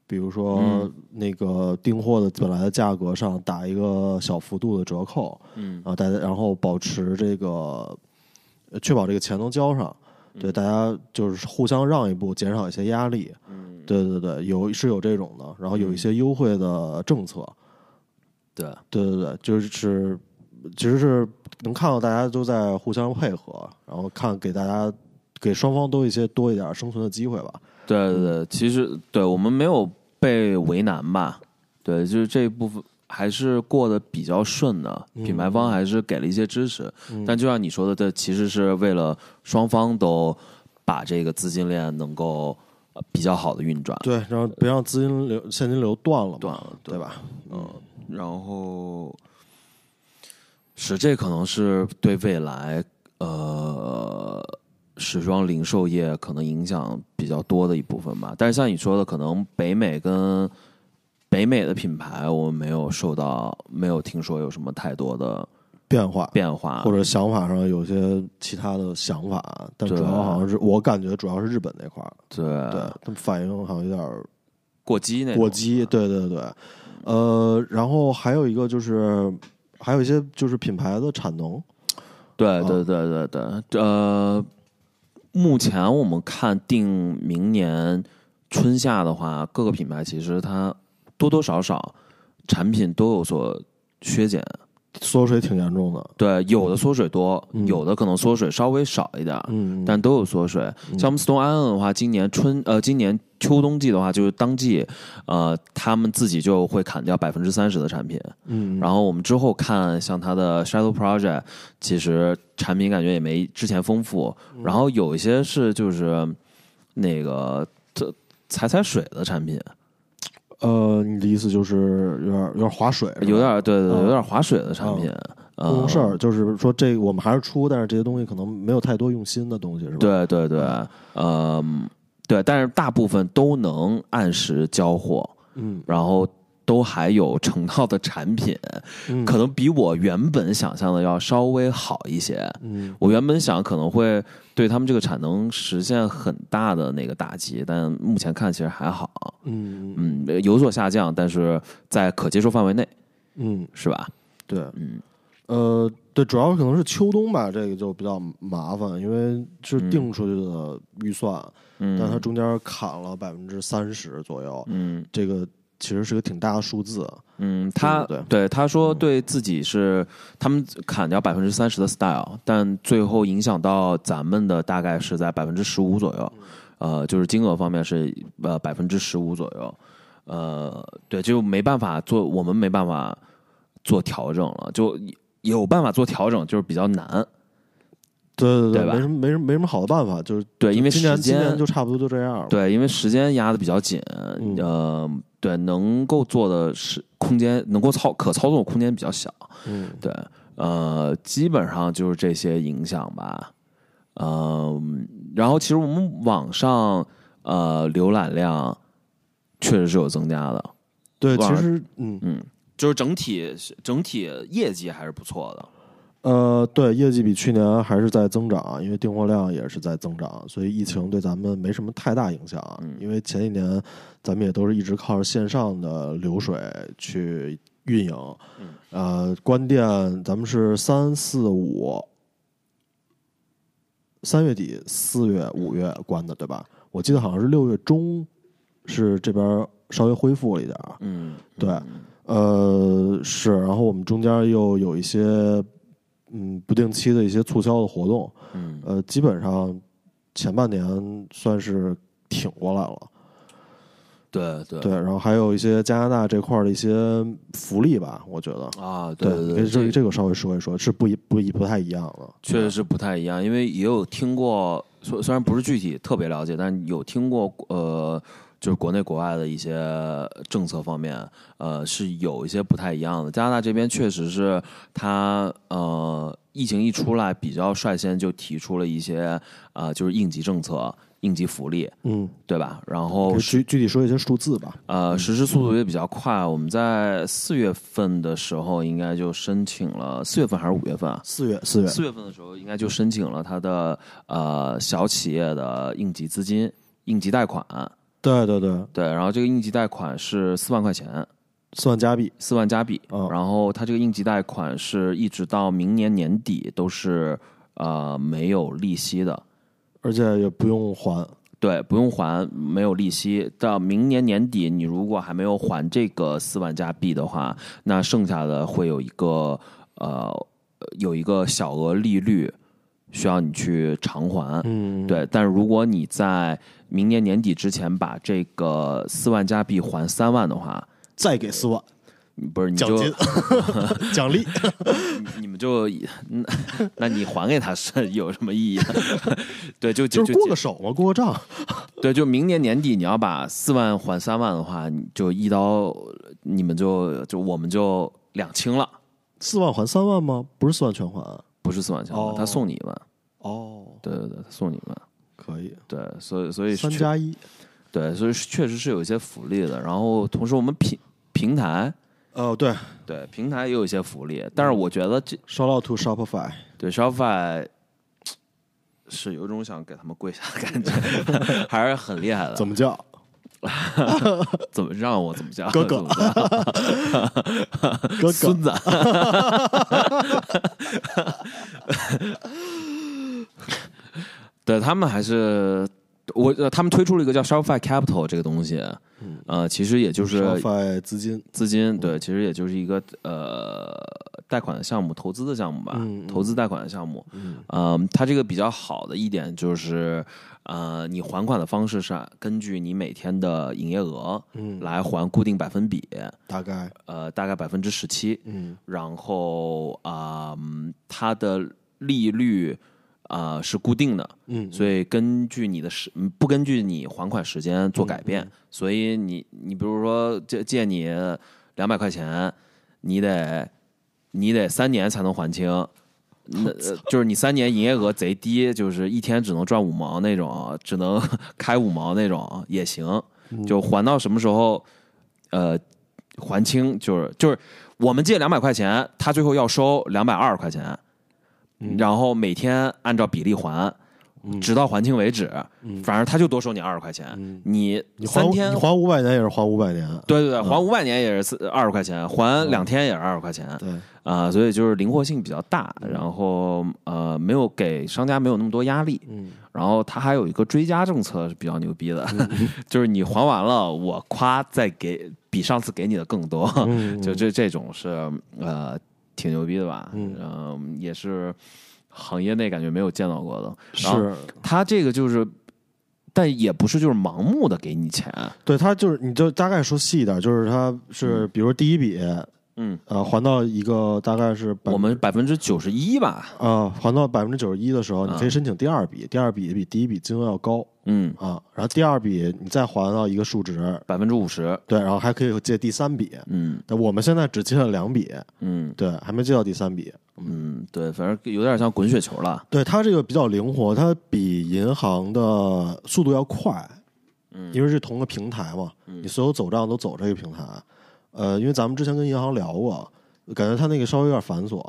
[SPEAKER 1] 比如说
[SPEAKER 2] 嗯
[SPEAKER 1] 那个订货的本来的价格上打一个小幅度的折扣，
[SPEAKER 2] 嗯
[SPEAKER 1] 然后大家然后保持这个呃确保这个钱能交上。对，大家就是互相让一步，减少一些压力。
[SPEAKER 2] 嗯，
[SPEAKER 1] 对对对，有是有这种的，然后有一些优惠的政策，
[SPEAKER 2] 对，
[SPEAKER 1] 对对对，就是其实是能看到大家都在互相配合，然后看给大家给双方都一些多一点生存的机会吧。
[SPEAKER 2] 对对对，其实对我们没有被为难吧？对，就是这一部分还是过得比较顺的，品牌方还是给了一些支持。但就像你说的，这其实是为了双方都把这个资金链能够呃比较好的运转。
[SPEAKER 1] 对，然后别让资金流现金流断了嘛，
[SPEAKER 2] 断了
[SPEAKER 1] 对吧？嗯，
[SPEAKER 2] 然后是这可能是对未来呃时装零售业可能影响比较多的一部分吧。但是像你说的，可能北美跟北美的品牌，我们没有受到，没有听说有什么太多的
[SPEAKER 1] 变化
[SPEAKER 2] 变化
[SPEAKER 1] 或。者想法上有些其他的想法，但主
[SPEAKER 2] 对啊呃
[SPEAKER 1] 要好像是我感觉主要是日本那块儿，
[SPEAKER 2] 对，
[SPEAKER 1] 对他们反应好像有点儿
[SPEAKER 2] 过激那种啊
[SPEAKER 1] 过激，对对对，呃，然后还有一个就是，还有一些就是品牌的产能，
[SPEAKER 2] 对对对对对，呃，目前我们看定明年春夏的话，各个品牌其实它多多少少产品都有所削减，
[SPEAKER 1] 缩水挺严重的，
[SPEAKER 2] 对，有的缩水多，
[SPEAKER 1] 嗯
[SPEAKER 2] 有的可能缩水稍微少一点儿，
[SPEAKER 1] 嗯，
[SPEAKER 2] 但都有缩水。像我们 Stone Island 的话，今年春呃，今年秋冬季的话，就是当季，呃，他们自己就会砍掉百分之三十的产品。
[SPEAKER 1] 嗯，
[SPEAKER 2] 然后我们之后看像它的 Shadow Project，其实产品感觉也没之前丰富，
[SPEAKER 1] 嗯
[SPEAKER 2] 然后有一些是就是那个这踩踩水的产品，
[SPEAKER 1] 呃，你的意思就是有点有点划水，是吧
[SPEAKER 2] 有点对对，
[SPEAKER 1] 嗯
[SPEAKER 2] 有点划水的产品，
[SPEAKER 1] 不
[SPEAKER 2] 嗯
[SPEAKER 1] 容，事儿，就是说这个我们还是出，但是这些东西可能没有太多用心的东西，是吧？，
[SPEAKER 2] 对对对，嗯，对，但是大部分都能按时交货，
[SPEAKER 1] 嗯，
[SPEAKER 2] 然后。都还有成套的产品，
[SPEAKER 1] 嗯
[SPEAKER 2] 可能比我原本想象的要稍微好一些。
[SPEAKER 1] 嗯，
[SPEAKER 2] 我原本想可能会对他们这个产能实现很大的那个打击，但目前看其实还好，
[SPEAKER 1] 嗯嗯
[SPEAKER 2] 嗯，有所下降，但是在可接受范围内，
[SPEAKER 1] 嗯，
[SPEAKER 2] 是吧？
[SPEAKER 1] 对，
[SPEAKER 2] 嗯，
[SPEAKER 1] 呃，对，主要可能是秋冬吧，这个就比较麻烦，因为是定出去的预算，但它
[SPEAKER 2] 嗯
[SPEAKER 1] 中间砍了百分之三十左右，
[SPEAKER 2] 嗯
[SPEAKER 1] 这个其实是个挺大的数字，
[SPEAKER 2] 嗯，他
[SPEAKER 1] 对嗯
[SPEAKER 2] 对他说对自己是他们砍掉百分之三十的 style，但最后影响到咱们的大概是在百分之十五左右，
[SPEAKER 1] 嗯
[SPEAKER 2] 呃，就是金额方面是呃百分之十五左右，呃，对，就没办法做，我们没办法做调整了，就有办法做调整，就是比较难。
[SPEAKER 1] 对对
[SPEAKER 2] 对吧
[SPEAKER 1] 没什么没什么没什么好的办法，就是
[SPEAKER 2] 对，因为
[SPEAKER 1] 今
[SPEAKER 2] 时
[SPEAKER 1] 年今
[SPEAKER 2] 间
[SPEAKER 1] 年就差不多就这样了。
[SPEAKER 2] 对，因为时间压的比较紧，
[SPEAKER 1] 嗯
[SPEAKER 2] 呃，对，能够做的是空间能够操可操作的空间比较小，
[SPEAKER 1] 嗯，
[SPEAKER 2] 对，呃，基本上就是这些影响吧，嗯、然后其实我们网上呃浏览量确实是有增加的，
[SPEAKER 1] 对，
[SPEAKER 2] 晚
[SPEAKER 1] 其
[SPEAKER 2] 上
[SPEAKER 1] 实嗯
[SPEAKER 2] 就是整体整体业绩还是不错的，
[SPEAKER 1] 呃，对，业绩比去年还是在增长，因为订货量也是在增长，所以疫情对咱们没什么太大影响。因为前几年咱们也都是一直靠着线上的流水去运营，呃，关店咱们是三四五，三月底、四月、五月关的，对吧？我记得好像是六月中是这边稍微恢复了一点儿，
[SPEAKER 2] 嗯，
[SPEAKER 1] 对，呃，是，然后我们中间又有一些嗯不定期的一些促销的活动，
[SPEAKER 2] 嗯，
[SPEAKER 1] 呃，基本上前半年算是挺过来了，
[SPEAKER 2] 对对
[SPEAKER 1] 对，然后还有一些加拿大这块儿的一些福利吧，我觉得，
[SPEAKER 2] 啊，对对
[SPEAKER 1] 你可以
[SPEAKER 2] 对，
[SPEAKER 1] 这
[SPEAKER 2] 这
[SPEAKER 1] 个这个稍微说一说，是不一不一不太一样的，
[SPEAKER 2] 确实是不太一样，因为也有听过，虽虽然不是具体特别了解，但有听过呃，就是国内国外的一些政策方面，呃，是有一些不太一样的。加拿大这边确实是它呃，疫情一出来，比较率先就提出了一些呃，就是应急政策、应急福利，
[SPEAKER 1] 嗯，
[SPEAKER 2] 对吧？然
[SPEAKER 1] 就
[SPEAKER 2] 后
[SPEAKER 1] 具具体说一些数字吧，
[SPEAKER 2] 呃，实施速度也比较快。我们在四月份的时候，应该就申请了，四月份还是五月份啊？
[SPEAKER 1] 四月四月，
[SPEAKER 2] 四月份的时候，应该就申请了他的呃小企业的应急资金、应急贷款。
[SPEAKER 1] 对对对，
[SPEAKER 2] 对，然后这个应急贷款是四万块钱，
[SPEAKER 1] 算加币，
[SPEAKER 2] 四万加币。
[SPEAKER 1] 嗯
[SPEAKER 2] 然后他这个应急贷款是一直到明年年底都是呃没有利息的，
[SPEAKER 1] 而且也不用还，
[SPEAKER 2] 对，不用还，没有利息。到明年年底，你如果还没有还这个四万加币的话，那剩下的会有一个呃有一个小额利率需要你去偿还。
[SPEAKER 1] 嗯，
[SPEAKER 2] 对，但如果你在明年年底之前把这个四万加币还三万的话，
[SPEAKER 1] 再给四万
[SPEAKER 2] 你不是你
[SPEAKER 1] 奖
[SPEAKER 2] 就
[SPEAKER 1] 金奖励，
[SPEAKER 2] 你们就那那你还给他是有什么意义 呢？对，就
[SPEAKER 1] 就是过
[SPEAKER 2] 就
[SPEAKER 1] 个手嘛，过个账，
[SPEAKER 2] 对，就明年年底你要把四万还三万的话，你就一刀，你们就就我们就两清了，
[SPEAKER 1] 四万还三万吗？不是四万全还啊。
[SPEAKER 2] 不是四万清了，
[SPEAKER 1] 哦
[SPEAKER 2] 他送你一万，
[SPEAKER 1] 哦，
[SPEAKER 2] 对对对，他送你一万，
[SPEAKER 1] 可以，
[SPEAKER 2] 对，所以所以
[SPEAKER 1] 三
[SPEAKER 2] 确
[SPEAKER 1] 加一。
[SPEAKER 2] 对，所以是确实是有一些福利的。然后同时我们平平台
[SPEAKER 1] 哦，对
[SPEAKER 2] 对平台也有一些福利，
[SPEAKER 1] 嗯
[SPEAKER 2] 但是我觉得这
[SPEAKER 1] ，shout out to Shopify。
[SPEAKER 2] 对 Shopify 是有一种想给他们跪下的感觉， 还是很厉害的。
[SPEAKER 1] 怎么 叫？
[SPEAKER 2] 怎么让我怎么叫
[SPEAKER 1] 哥哥
[SPEAKER 2] 怎么叫
[SPEAKER 1] 哥哥
[SPEAKER 2] 孙子。啊对他们还是我，呃他们推出了一个叫 Shopify Capital 这个东西，呃，其实也就是
[SPEAKER 1] 嗯，Shopify 嗯资金。
[SPEAKER 2] 资金，对，其实也就是一个呃贷款的项目、投资的项目吧，
[SPEAKER 1] 嗯嗯
[SPEAKER 2] 投资贷款的项目。嗯、它这个比较好的一点就是，呃，你还款的方式是根据你每天的营业额
[SPEAKER 1] 嗯，
[SPEAKER 2] 来还固定百分比，
[SPEAKER 1] 大概，
[SPEAKER 2] 呃，大概百分之十七。
[SPEAKER 1] 嗯
[SPEAKER 2] 然后啊、嗯它的利率啊、呃是固定的，
[SPEAKER 1] 嗯，
[SPEAKER 2] 所以根据你的时嗯不根据你还款时间
[SPEAKER 1] 嗯
[SPEAKER 2] 做改变，所以你你比如说借借你两百块钱，你得你得三年才能还清。那呃就是你三年营业额贼低，就是一天只能赚五毛那种，只能 开五毛那种也行，
[SPEAKER 1] 嗯
[SPEAKER 2] 就还到什么时候，呃，还清就是就是我们借两百块钱，他最后要收两百二十块钱，
[SPEAKER 1] 嗯
[SPEAKER 2] 然后每天按照比例还，直到还清为止。反正他就多收你二十块钱，你
[SPEAKER 1] 嗯你还
[SPEAKER 2] 三
[SPEAKER 1] 五
[SPEAKER 2] 天
[SPEAKER 1] 你还五百年也是还五百年，
[SPEAKER 2] 对对对，还五百年也是二十块钱，还两天也是二十块钱啊、
[SPEAKER 1] 对，
[SPEAKER 2] 所以就是灵活性比较大，然后呃没有给商家没有那么多压力，
[SPEAKER 1] 嗯，
[SPEAKER 2] 然后他还有一个追加政策是比较牛逼的， 就是你还完了，我夸再给比上次给你的更多，就这这种是呃挺牛逼的吧，嗯、也是行业内感觉没有见到过的，然后
[SPEAKER 1] 是
[SPEAKER 2] 他这个就是。但也不是就是盲目的给你钱，
[SPEAKER 1] 对，他就是，你就大概说细一点，就是他是，比如第一笔
[SPEAKER 2] 嗯，
[SPEAKER 1] 呃，还到一个大概是百
[SPEAKER 2] 我们百分之九十一吧，
[SPEAKER 1] 啊，还到百分之九十一的时候，你可以申请第二笔，第二笔比第一笔金额要高
[SPEAKER 2] 嗯，
[SPEAKER 1] 啊。然后第二笔你再还到一个数值，
[SPEAKER 2] 百分之五十，
[SPEAKER 1] 对，然后还可以借第三笔。
[SPEAKER 2] 嗯
[SPEAKER 1] 但我们现在只借了两笔，
[SPEAKER 2] 嗯
[SPEAKER 1] 对，还没借到第三笔。
[SPEAKER 2] 嗯，对，反正有点像滚雪球了，
[SPEAKER 1] 对它这个比较灵活，它比银行的速度要快，
[SPEAKER 2] 嗯
[SPEAKER 1] 因为是同个平台嘛，你所有走账都走这个平台。呃，因为咱们之前跟银行聊过，感觉它那个稍微有点繁琐。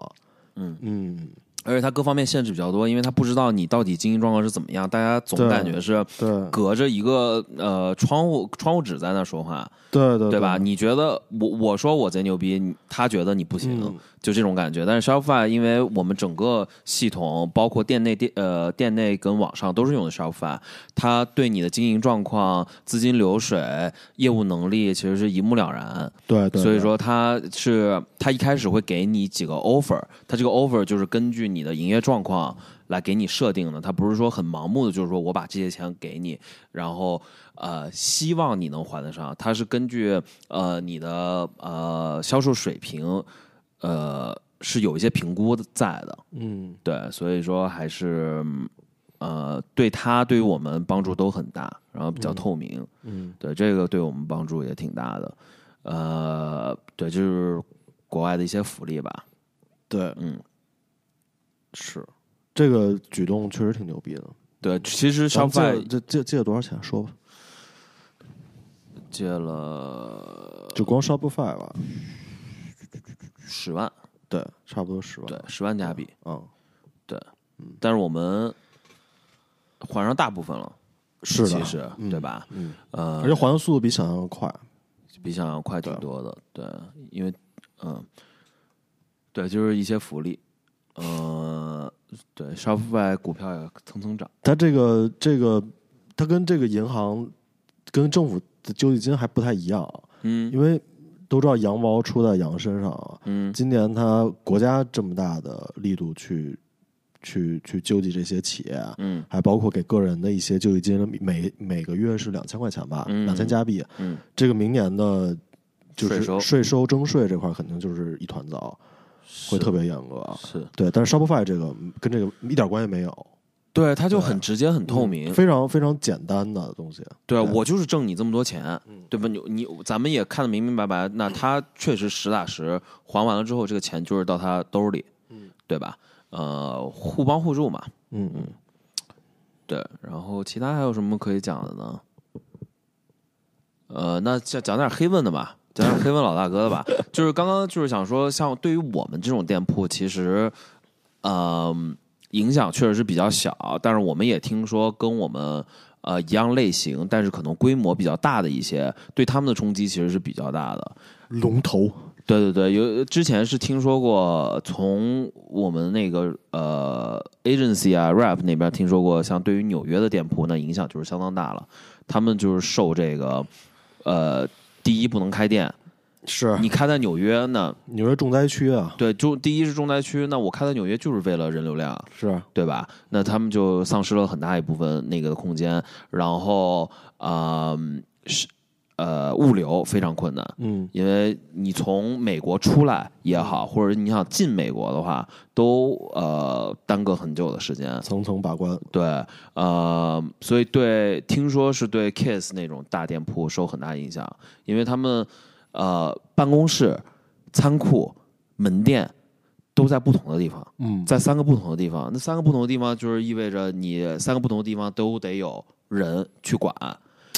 [SPEAKER 2] 嗯
[SPEAKER 1] 嗯，
[SPEAKER 2] 而且它各方面限制比较多，因为它不知道你到底经营状况是怎么样，大家总
[SPEAKER 1] 对
[SPEAKER 2] 感觉是
[SPEAKER 1] 对
[SPEAKER 2] 隔着一个呃窗户窗户纸在那说话，
[SPEAKER 1] 对对
[SPEAKER 2] 对吧？？你觉得我我说我贼牛逼，你他觉得你不行，
[SPEAKER 1] 嗯
[SPEAKER 2] 就这种感觉。但是 Shopify 因为我们整个系统，包括店内店呃店内跟网上都是用的 Shopify，它对你的经营状况、资金流水、业务能力其实是一目了然。
[SPEAKER 1] 对对，
[SPEAKER 2] 所以
[SPEAKER 1] 对
[SPEAKER 2] 说它是它一开始会给你几个 offer，它这个 offer 就是根据你的营业状况来给你设定的，它不是说很盲目的，就是说我把这些钱给你，然后呃希望你能还得上，它是根据呃你的呃销售水平呃是有一些评估的在的，
[SPEAKER 1] 嗯。
[SPEAKER 2] 对，所以说还是。嗯呃，对它对于我们帮助都很大，然后比较透明，
[SPEAKER 1] 嗯
[SPEAKER 2] 对，这个对我们帮助也挺大的。呃，对，就是国外的一些福利吧。，
[SPEAKER 1] 对，
[SPEAKER 2] 嗯，
[SPEAKER 1] 是这个举动确实挺牛逼的。
[SPEAKER 2] 对，其
[SPEAKER 1] 咱
[SPEAKER 2] 实消
[SPEAKER 1] 们借
[SPEAKER 2] 费
[SPEAKER 1] 了这借借了多少钱？说吧，
[SPEAKER 2] 借了
[SPEAKER 1] 就光 Shopify 吧，
[SPEAKER 2] 十万，
[SPEAKER 1] 对，差不多十万。
[SPEAKER 2] 对，，十万加币，
[SPEAKER 1] 嗯，
[SPEAKER 2] 但是我们还上大部分了，
[SPEAKER 1] 是
[SPEAKER 2] 其
[SPEAKER 1] 的，
[SPEAKER 2] 实
[SPEAKER 1] 嗯
[SPEAKER 2] 对吧？
[SPEAKER 1] 嗯，
[SPEAKER 2] 呃
[SPEAKER 1] 而，且还的速度比想象的快。
[SPEAKER 2] 比想象快挺
[SPEAKER 1] 对
[SPEAKER 2] 多的，对，因为嗯，对，就是一些福利，呃，对，Shopify 股票也蹭蹭涨，
[SPEAKER 1] 它这个这个，它跟这个银行跟政府的救济金还不太一样，
[SPEAKER 2] 嗯
[SPEAKER 1] 因为都知道羊毛出在羊身上啊。
[SPEAKER 2] 嗯
[SPEAKER 1] 今年它国家这么大的力度去去去救济这些企业，啊
[SPEAKER 2] 嗯
[SPEAKER 1] 还包括给个人的一些救济金，每每个月是两千块钱吧，
[SPEAKER 2] 嗯
[SPEAKER 1] 两千加币。啊
[SPEAKER 2] 嗯，
[SPEAKER 1] 这个明年的，就
[SPEAKER 2] 税收
[SPEAKER 1] 是税收征税这块儿肯定就是一团糟，会
[SPEAKER 2] 是
[SPEAKER 1] 特别严格。啊
[SPEAKER 2] 是，
[SPEAKER 1] 对，但是 Shopify 这个嗯跟这个一点关系没有，
[SPEAKER 2] 对，嗯它就很直接，很透明，
[SPEAKER 1] 非常非常简单的东西。
[SPEAKER 2] 对啊，
[SPEAKER 1] 对
[SPEAKER 2] 我就是挣你这么多钱，对吧？你你咱们也看得明明白白，那他确实实打实还完了之后，这个钱就是到他兜里，对吧？呃，互帮互助嘛，
[SPEAKER 1] 嗯嗯，
[SPEAKER 2] 对。然后其他还有什么可以讲的呢？呃，那讲讲点黑问的吧，讲点黑问老大哥的吧。就是刚刚就是想说，像对于我们这种店铺，其实，嗯、影响确实是比较小，但是我们也听说跟我们呃一样类型，但是可能规模比较大的一些，对他们的冲击其实是比较大的。
[SPEAKER 1] 龙头，
[SPEAKER 2] 对对对，有之前是听说过，从我们那个呃 agency 啊 rap 那边听说过，像对于纽约的店铺，那影响就是相当大了。他们就是受这个呃，第一不能开店，
[SPEAKER 1] 是
[SPEAKER 2] 你开在纽约那
[SPEAKER 1] 纽约重灾区啊，
[SPEAKER 2] 对中第一是重灾区，那我开在纽约就是为了人流量，
[SPEAKER 1] 是啊
[SPEAKER 2] 对吧？那他们就丧失了很大一部分那个空间，然后啊、嗯是呃物流非常困难，
[SPEAKER 1] 嗯
[SPEAKER 2] 因为你从美国出来也好，或者你想进美国的话，都呃耽搁很久的时间。
[SPEAKER 1] 层层把关。
[SPEAKER 2] 对，呃，所以对，听说是对 Kiss 那种大店铺受很大影响，因为他们呃办公室、仓库、门店都在不同的地方，
[SPEAKER 1] 嗯，
[SPEAKER 2] 在三个不同的地方。那三个不同的地方就是意味着你三个不同的地方都得有人去管。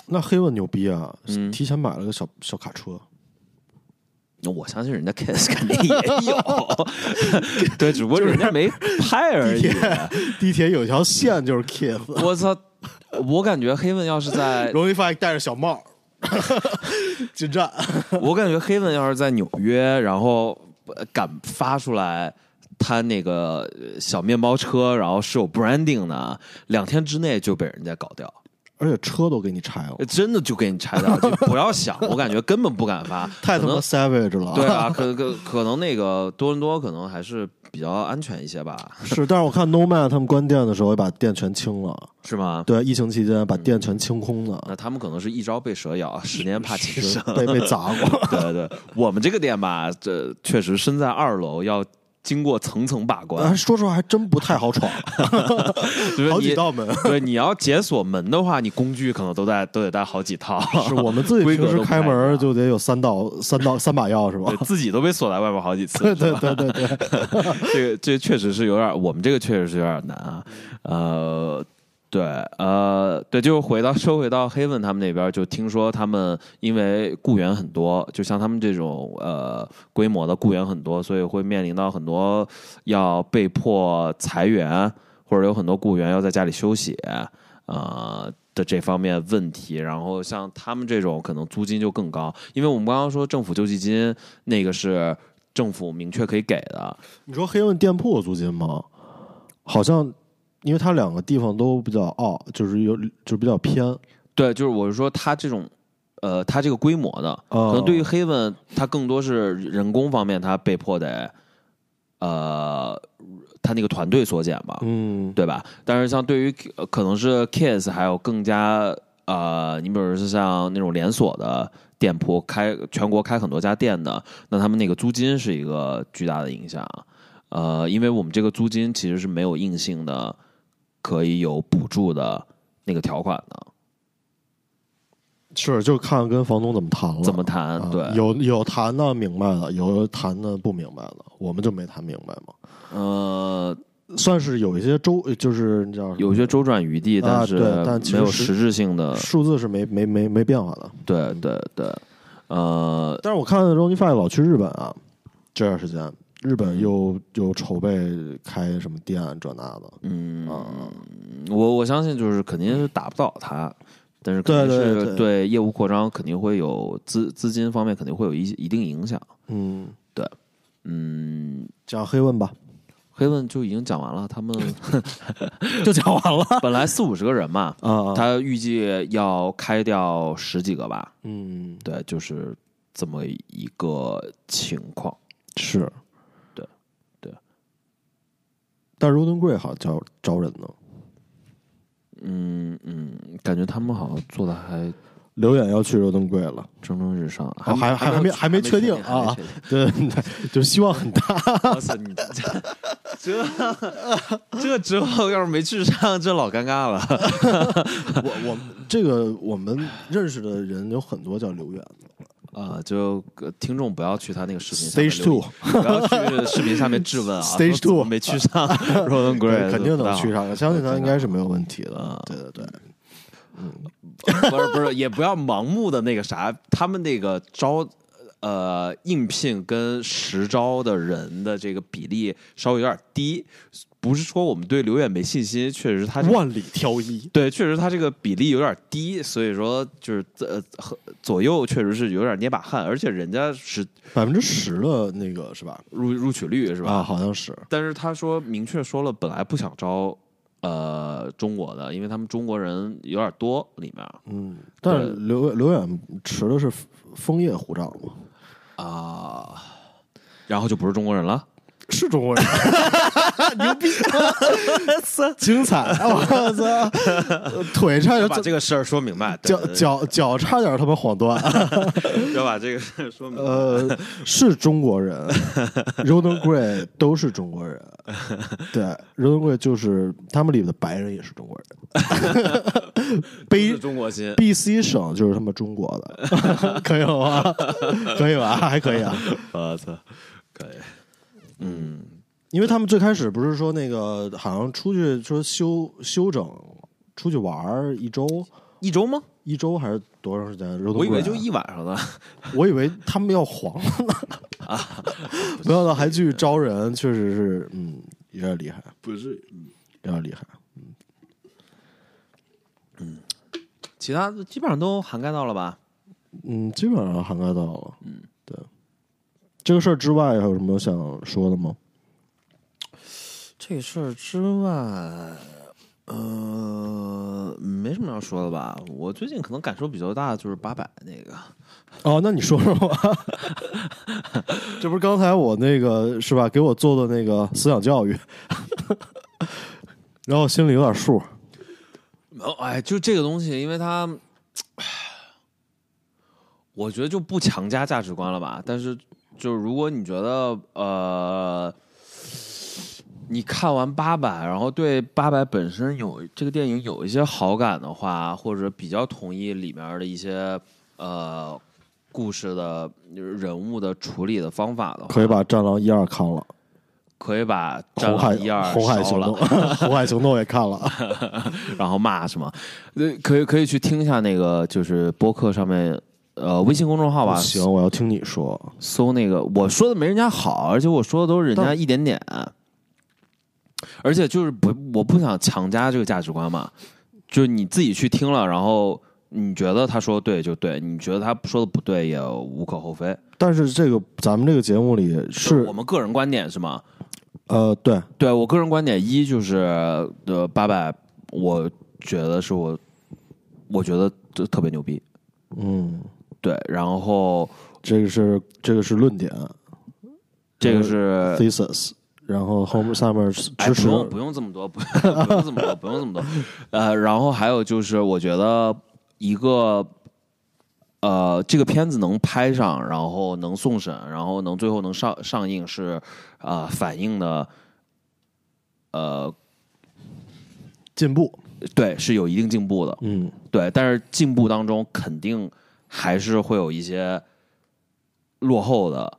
[SPEAKER 1] 那黑问牛逼啊，
[SPEAKER 2] 嗯
[SPEAKER 1] 提前买了个小小卡车，
[SPEAKER 2] 那我相信人家 Kiss 肯定也有， 对，只不过人家没拍而已。
[SPEAKER 1] 地铁有一条线就是 Kiss，
[SPEAKER 2] 我操！我感觉黑问要是 在，
[SPEAKER 1] 容易发现戴着小帽， 进站。
[SPEAKER 2] 我感觉黑问要是在纽约，然后呃敢发出来他那个呃小面包车，然后是有 branding 的，两天之内就被人家搞掉。
[SPEAKER 1] 而且车都给你拆了，
[SPEAKER 2] 真的就给你拆掉，就不要想，我感觉根本不敢发，
[SPEAKER 1] 太他
[SPEAKER 2] 可
[SPEAKER 1] 妈
[SPEAKER 2] 能
[SPEAKER 1] savage 了。
[SPEAKER 2] 对啊，可可可能那个多伦多可能还是比较安全一些吧，
[SPEAKER 1] 是，但是我看 Nomad 他们关店的时候也把店全清了，
[SPEAKER 2] 是吗？
[SPEAKER 1] 对，疫情期间把店全清空了，
[SPEAKER 2] 那他们可能是一朝被蛇咬，十年怕井绳。
[SPEAKER 1] 被被砸过。
[SPEAKER 2] 对对，我们这个店吧，这确实身在二楼，要经过层层把关
[SPEAKER 1] 哎，，说实话，还真不太好闯，
[SPEAKER 2] 就是
[SPEAKER 1] 嗯好几
[SPEAKER 2] 你
[SPEAKER 1] 道门。
[SPEAKER 2] 对，你要解锁门的话，你工具可能都带都得带好几套，
[SPEAKER 1] 是我们自己
[SPEAKER 2] 规
[SPEAKER 1] 平
[SPEAKER 2] 格
[SPEAKER 1] 时
[SPEAKER 2] 都不
[SPEAKER 1] 开
[SPEAKER 2] 太一
[SPEAKER 1] 门
[SPEAKER 2] 样
[SPEAKER 1] 就得有三道、三道、三把钥匙吧
[SPEAKER 2] 对？自己都被锁在外面好几次。
[SPEAKER 1] 对对对对对，
[SPEAKER 2] 这个这确实是有点儿，我们这个确实是有点儿难啊。
[SPEAKER 1] 嗯
[SPEAKER 2] 呃，对，呃，对，就是回到说回到黑问他们那边儿，就听说他们因为雇员很多，就像他们这种呃规模的雇员很多，所以会面临到很多要被迫裁员，或者有很多雇员要在家里休息，呃。的这方面问题，然后像他们这种可能租金就更高，因为我们刚刚说政府救济金那个是政府明确可以给的，
[SPEAKER 1] 你说黑问店铺的租金吗？好像，因为它两个地方都比较傲，就是有就是比较偏，
[SPEAKER 2] 对，就是我是说它这种，呃，它这个规模的，
[SPEAKER 1] 哦
[SPEAKER 2] 可能对于黑问，它更多是人工方面，它被迫得，呃，它那个团队缩减吧，
[SPEAKER 1] 嗯，
[SPEAKER 2] 对吧？但是像对于呃可能是 Kiss 还有更加呃，你比如说像那种连锁的店铺开全国开很多家店的，那他们那个租金是一个巨大的影响。呃，因为我们这个租金其实是没有硬性的可以有补助的那个条款的。
[SPEAKER 1] 是就看跟房东怎么谈了，
[SPEAKER 2] 怎么谈
[SPEAKER 1] 啊？
[SPEAKER 2] 对，
[SPEAKER 1] 有有谈的明白的，有谈的不明白的，我们就没谈明白嘛。
[SPEAKER 2] 呃，
[SPEAKER 1] 算是有一些周，就是你知道什么
[SPEAKER 2] 有一些周转余地，
[SPEAKER 1] 啊
[SPEAKER 2] 但是
[SPEAKER 1] 对但其实
[SPEAKER 2] 没有
[SPEAKER 1] 是
[SPEAKER 2] 实质性的。
[SPEAKER 1] 数字是没没没没变化的。
[SPEAKER 2] 对对对，呃，
[SPEAKER 1] 但是我看 Ronnie Five 老去日本啊，这段时间日本
[SPEAKER 2] 嗯
[SPEAKER 1] 又又筹备开什么店这那的，
[SPEAKER 2] 嗯
[SPEAKER 1] 啊，
[SPEAKER 2] 我我相信就是肯定是打不倒他，但是肯定
[SPEAKER 1] 对对
[SPEAKER 2] 是
[SPEAKER 1] 对
[SPEAKER 2] 对业务扩张肯定会有资资金方面肯定会有一一定影响。
[SPEAKER 1] 嗯，
[SPEAKER 2] 嗯，
[SPEAKER 1] 讲黑问吧，
[SPEAKER 2] 黑问就已经讲完了，他们
[SPEAKER 1] 就讲完了
[SPEAKER 2] 本来四五十个人嘛，
[SPEAKER 1] 啊，
[SPEAKER 2] 他预计要开掉十几个吧，
[SPEAKER 1] 嗯
[SPEAKER 2] 对，就是这么一个情况。
[SPEAKER 1] 是，
[SPEAKER 2] 对对，
[SPEAKER 1] 但 r o d e n Gray 好像招招人呢，
[SPEAKER 2] 嗯嗯，感觉他们好像做的还
[SPEAKER 1] 刘远要去 r o d e n Gray 了，
[SPEAKER 2] 蒸蒸日上，
[SPEAKER 1] 哦还还还没还没确定啊
[SPEAKER 2] 还没确定
[SPEAKER 1] 对，就希望很大，
[SPEAKER 2] 哇塞，你这这这之后要是没去上，这老尴尬了。
[SPEAKER 1] 我我们这个我们认识的人有很多叫刘远
[SPEAKER 2] 啊，就呃听众不要去他那个视频下面
[SPEAKER 1] Stage
[SPEAKER 2] 留
[SPEAKER 1] Two
[SPEAKER 2] 言不要去视频下面质问啊。说
[SPEAKER 1] Stage
[SPEAKER 2] 怎么
[SPEAKER 1] two
[SPEAKER 2] 没去 上，Roland Gray
[SPEAKER 1] 肯定能去
[SPEAKER 2] 上。
[SPEAKER 1] 上的，相信他应该是没有问题的
[SPEAKER 2] 啊，
[SPEAKER 1] 对对对，
[SPEAKER 2] 不是不是，也不要盲目的那个啥，他们那个招。呃，应聘跟实招的人的这个比例稍微有点低，不是说我们对刘远没信心，确实他这个
[SPEAKER 1] 万里挑一。
[SPEAKER 2] 对，确实他这个比例有点低，所以说就是呃和左右确实是有点捏把汗，而且人家是
[SPEAKER 1] 百分之十的那个是吧？
[SPEAKER 2] 录录取率是吧？
[SPEAKER 1] 啊，好像是。
[SPEAKER 2] 但是他说明确说了，本来不想招呃中国的，因为他们中国人有点多里面
[SPEAKER 1] 嗯，但是刘刘远持的是枫叶护照嘛，
[SPEAKER 2] 啊、然后就不是中国人了。
[SPEAKER 1] 是中国人，牛逼，精彩！啊我 操，腿差
[SPEAKER 2] 要
[SPEAKER 1] 点
[SPEAKER 2] 把这个事儿说明白，对
[SPEAKER 1] 脚脚脚差点他妈晃断。
[SPEAKER 2] 要把这个事儿说 明白。
[SPEAKER 1] 呃，是中国 人，Roden Gray 都是中国人，对，Roden Gray 就是他们里的白人也是中国 人，
[SPEAKER 2] 都
[SPEAKER 1] 悲
[SPEAKER 2] 是中国心
[SPEAKER 1] B C 省就是他们中国 的，可以吗？可以吧？还可以啊，
[SPEAKER 2] 我操，可以，嗯，
[SPEAKER 1] 因为他们最开始不是说那个好像出去说休休整，出去玩儿一周，
[SPEAKER 2] 一周吗？
[SPEAKER 1] 一周还是多长时间？
[SPEAKER 2] 我以为就，一晚上呢。
[SPEAKER 1] 我以为他们要黄了呢，
[SPEAKER 2] 啊
[SPEAKER 1] 没想到还继续招人，确实是，嗯，有点厉害，
[SPEAKER 2] 不嗯是，
[SPEAKER 1] 有点厉害。
[SPEAKER 2] 其他的基本上都涵盖到了吧？
[SPEAKER 1] 嗯，基本上涵盖到了。嗯，对。这个事儿之外，还有什么想说的吗？
[SPEAKER 2] 这事儿之外，呃，没什么要说的吧。我最近可能感受比较大的就是八百那个，
[SPEAKER 1] 哦，那你说说吧， 这不是刚才我那个是吧？给我做的那个思想教育， 然后心里有点数。
[SPEAKER 2] 没有，哎，就这个东西，因为它，唉我觉得就不强加价值观了吧。但是，就如果你觉得呃，你看完八百，然后对八百本身有这个电影有一些好感的话，或者比较同意里面的一些呃故事的人物的处理的方法的话，
[SPEAKER 1] 可以把《战狼》一二看了，
[SPEAKER 2] 可以把《
[SPEAKER 1] 《
[SPEAKER 2] 战
[SPEAKER 1] 红海
[SPEAKER 2] 狼》一二》
[SPEAKER 1] 红海
[SPEAKER 2] 烧
[SPEAKER 1] 行
[SPEAKER 2] 了
[SPEAKER 1] 动》 《红海行动》也看了，
[SPEAKER 2] 然后骂是吗？呃，可以可以去听一下那个，就是播客上面呃微信公众号吧，
[SPEAKER 1] 不 行，我要听你说。
[SPEAKER 2] 搜那个我说的没人家好，而且我说的都是人家
[SPEAKER 1] 但
[SPEAKER 2] 一点点，而且就是不我不想强加这个价值观嘛，就是你自己去听了，然后你觉得他说的对就对，你觉得他说的不对也无可厚非，
[SPEAKER 1] 但是这个咱们这个节目里是
[SPEAKER 2] 我们个人观点是吗？
[SPEAKER 1] 呃，对，
[SPEAKER 2] 对我个人观点，一就是呃八百，我觉得是我我觉得这特别牛逼。
[SPEAKER 1] 嗯，
[SPEAKER 2] 对，然后
[SPEAKER 1] 这个是这个是论点
[SPEAKER 2] 这个是
[SPEAKER 1] thesis，然后后面下面是
[SPEAKER 2] 哎
[SPEAKER 1] 呃支持
[SPEAKER 2] 不用不用这么多， 不不用这么多，不用这么多。呃，然后还有就是，我觉得一个呃，这个片子能拍上，然后能送审，然后能最后能上上映是，呃反映的呃
[SPEAKER 1] 进步，
[SPEAKER 2] 对是有一定进步的，
[SPEAKER 1] 嗯，
[SPEAKER 2] 对，但是进步当中肯定还是会有一些落后的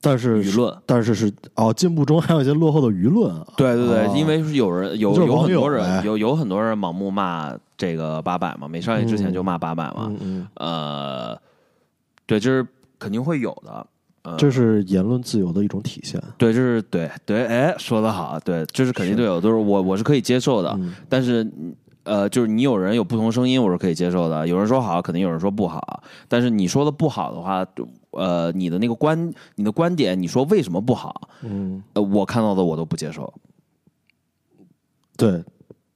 [SPEAKER 1] 但是
[SPEAKER 2] 舆论。
[SPEAKER 1] 但是是哦，进步中还有一些落后的舆论啊，
[SPEAKER 2] 对对对，
[SPEAKER 1] 哦
[SPEAKER 2] 因为是有人有
[SPEAKER 1] 就是
[SPEAKER 2] 有
[SPEAKER 1] 网
[SPEAKER 2] 很
[SPEAKER 1] 友
[SPEAKER 2] 多人
[SPEAKER 1] 呗
[SPEAKER 2] 有有很多人盲目骂这个八百嘛，没上映之前就骂八百嘛，
[SPEAKER 1] 嗯嗯，
[SPEAKER 2] 呃，对，这是肯定会有的，呃，
[SPEAKER 1] 这是言论自由的一种体现，
[SPEAKER 2] 对，这是对对，哎，说的好，对，这是肯定
[SPEAKER 1] 是
[SPEAKER 2] 对有，就是我我是可以接受的，
[SPEAKER 1] 嗯
[SPEAKER 2] 但是呃，就是你有人有不同声音，我是可以接受的。有人说好，肯定有人说不好。但是你说的不好的话，就呃，你的那个观，你的观点，你说为什么不好？
[SPEAKER 1] 嗯，
[SPEAKER 2] 呃，我看到的我都不接受。
[SPEAKER 1] 对，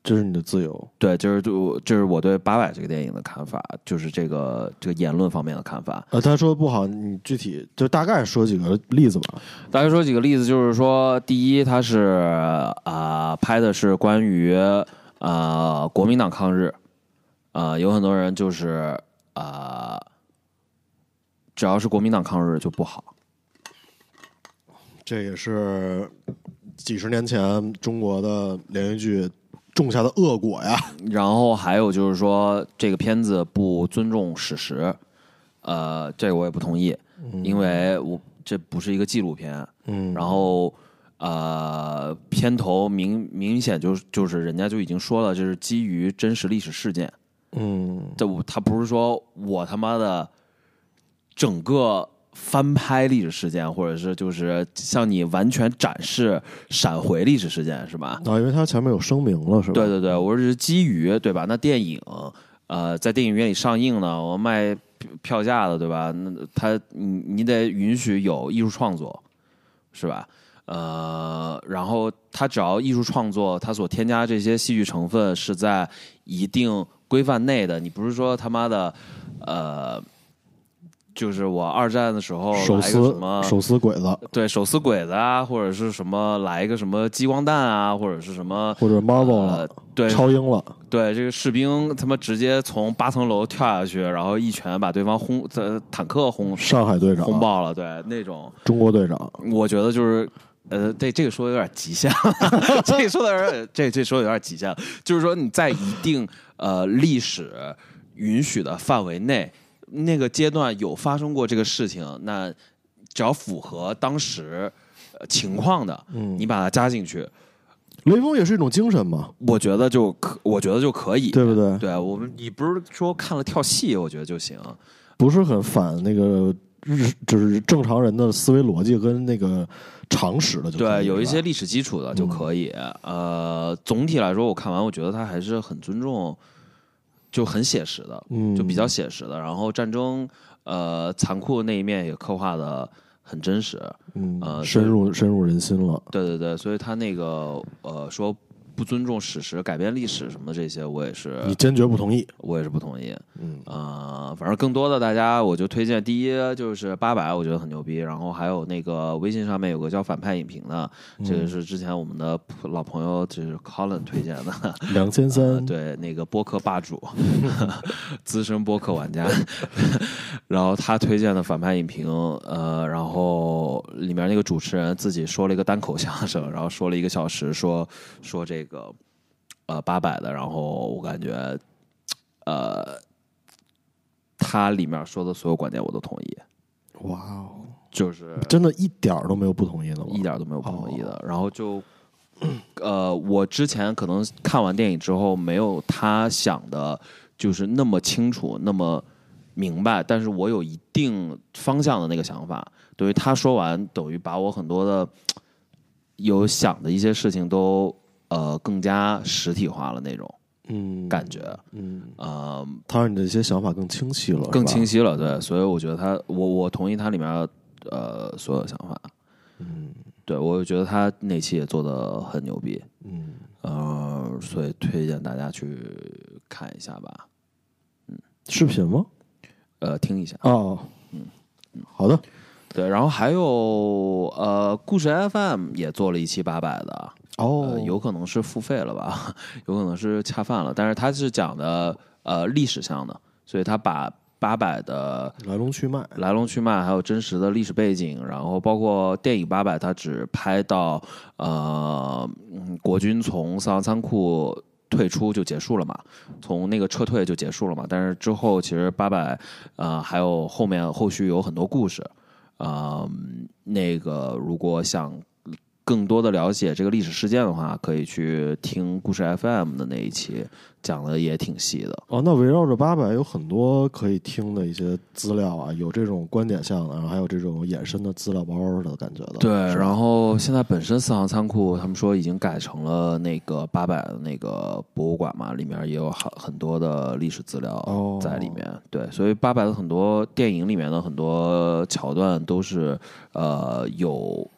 [SPEAKER 1] 这是你的自由，
[SPEAKER 2] 对，就是对我，这是我对《八佰》这个电影的看法，就是这个这个言论方面的看法。
[SPEAKER 1] 呃，他说的不好，你具体就大概说几个例子吧，
[SPEAKER 2] 大概说几个例子，就是说，第一，它是啊、拍的是关于啊、国民党抗日，啊、有很多人就是啊、只要是国民党抗日就不好，
[SPEAKER 1] 这也是几十年前中国的连续剧种下的恶果 呀，
[SPEAKER 2] 然后还有就是说这个片子不尊重史实，呃，这个我也不同意，因为我这不是一个纪录片，
[SPEAKER 1] 嗯
[SPEAKER 2] 然后呃，片头明明显就是就是人家就已经说了，这是基于真实历史事件，
[SPEAKER 1] 嗯，
[SPEAKER 2] 这我他不是说我他妈的整个翻拍历史事件，或者是就是向你完全展示闪回历史事件是吧？
[SPEAKER 1] 啊，因为他前面有声明了，是吧？嗯
[SPEAKER 2] 对对对，我是基于对吧？那电影呃，在电影院里上映呢，我卖票票价的对吧？那他你你得允许有艺术创作，是吧？呃，然后他只要艺术创作，他所添加这些戏剧成分是在一定规范内的，你不是说他妈的呃。就是我二战的时候
[SPEAKER 1] 手
[SPEAKER 2] 来个
[SPEAKER 1] 撕
[SPEAKER 2] 什么
[SPEAKER 1] 手撕鬼子，
[SPEAKER 2] 对手撕鬼子啊，或者是什么来一个什么激光弹啊，或者是什么
[SPEAKER 1] 或者 Marvel
[SPEAKER 2] 呃
[SPEAKER 1] 了，
[SPEAKER 2] 对
[SPEAKER 1] 超英了，
[SPEAKER 2] 对，这个士兵他妈直接从八层楼跳下去，然后一拳把对方轰，呃，坦克轰
[SPEAKER 1] 上海队长，
[SPEAKER 2] 轰爆了，对那种，
[SPEAKER 1] 中国队长，
[SPEAKER 2] 我觉得就是。呃，这这个说的有点极限了，这个说的有点，这这说的有点极限了。就是说你在一定呃历史允许的范围内，那个阶段有发生过这个事情，那只要符合当时呃情况的，你把它加进去，
[SPEAKER 1] 雷锋也是一种精神嘛，
[SPEAKER 2] 我觉得就可，我觉得就可以。
[SPEAKER 1] 对不对？
[SPEAKER 2] 对我们，你不是说看了跳戏，我觉得就行。
[SPEAKER 1] 不是很反那个日，就是正常人的思维逻辑跟那个常识的就可以，
[SPEAKER 2] 对，有一
[SPEAKER 1] 是
[SPEAKER 2] 些
[SPEAKER 1] 吧嗯
[SPEAKER 2] 历史基础的就可以。呃，总体来说，我看完我觉得他还是很尊重，就很写实的，
[SPEAKER 1] 嗯
[SPEAKER 2] 就比较写实的。然后战争，呃，残酷的那一面也刻画的很真实。
[SPEAKER 1] 嗯
[SPEAKER 2] 呃
[SPEAKER 1] 深入深入人心了，
[SPEAKER 2] 对对对，所以他那个呃说不尊重史实、改变历史什么的这些，我也是
[SPEAKER 1] 你坚决不 同意。
[SPEAKER 2] 我也是不同意。
[SPEAKER 1] 嗯
[SPEAKER 2] 啊、反正更多的大家，我就推荐第一就是八百，我觉得很牛逼。然后还有那个微信上面有个叫反派影评的，这个是之前我们的老朋友就是 Colin 推荐的。
[SPEAKER 1] 两千
[SPEAKER 2] 呃
[SPEAKER 1] 三，
[SPEAKER 2] 对，那个播客霸主，资深播客玩家， 然后他推荐的反派影评，呃，然后里面那个主持人自己说了一个单口相声，然后说了一个小时，说说这个呃八百的，然后我感觉呃他里面说的所有观点我都同意，
[SPEAKER 1] 哇哦，
[SPEAKER 2] 就是
[SPEAKER 1] 真的一点儿都没有不同意的吗？
[SPEAKER 2] 一点都没有不同意的。然后就，呃，我之前可能看完电影之后，没有他想的，就是那么清楚，那么明白。但是我有一定方向的那个想法，等于他说完，等于把我很多的有想的一些事情都呃更加实体化了那种
[SPEAKER 1] 嗯
[SPEAKER 2] 感觉，
[SPEAKER 1] 嗯，
[SPEAKER 2] 呃，
[SPEAKER 1] 他让你的一些想法更清晰了，
[SPEAKER 2] 更
[SPEAKER 1] 是吧
[SPEAKER 2] 清。晰了。对，所以我觉得他，我我同意他里面呃所有想法。
[SPEAKER 1] 嗯
[SPEAKER 2] 对，我觉得他那期也做的很牛逼，
[SPEAKER 1] 嗯，
[SPEAKER 2] 呃，所以推荐大家去看一下吧，
[SPEAKER 1] 视频吗？
[SPEAKER 2] 呃，听一下。
[SPEAKER 1] 哦，嗯，好的，
[SPEAKER 2] 对，然后还有呃，故事 FM 也做了一期八百的，
[SPEAKER 1] 哦
[SPEAKER 2] 呃，，有可能是付费了吧， 有可能是恰饭了，但是它是讲的呃历史上的，所以他把八百的
[SPEAKER 1] 来龙去脉，
[SPEAKER 2] 来呃龙去脉，还有真实的历史背景，然后包括电影八百，它只拍到呃，嗯，国军从死亡仓库退出就结束了嘛，从那个撤退就结束了嘛。但是之后其实八百，呃，还有后面后续有很多故事，呃，那个如果想。更多的了解这个历史事件的话，可以去听故事 FM 的那一期，讲的也挺细的。
[SPEAKER 1] 哦，那围绕着八百有很多可以听的一些资料啊，有这种观点项的，然后还有这种衍生的资料包的感觉的。
[SPEAKER 2] 对，
[SPEAKER 1] 是吧嗯
[SPEAKER 2] 然后现在本身四行仓库，他们说已经改成了那个八百的那个博物馆嘛，里面也有很很多的历史资料
[SPEAKER 1] 哦，
[SPEAKER 2] 在里面。对，所以八百的很多电影里面的很多桥段都是呃有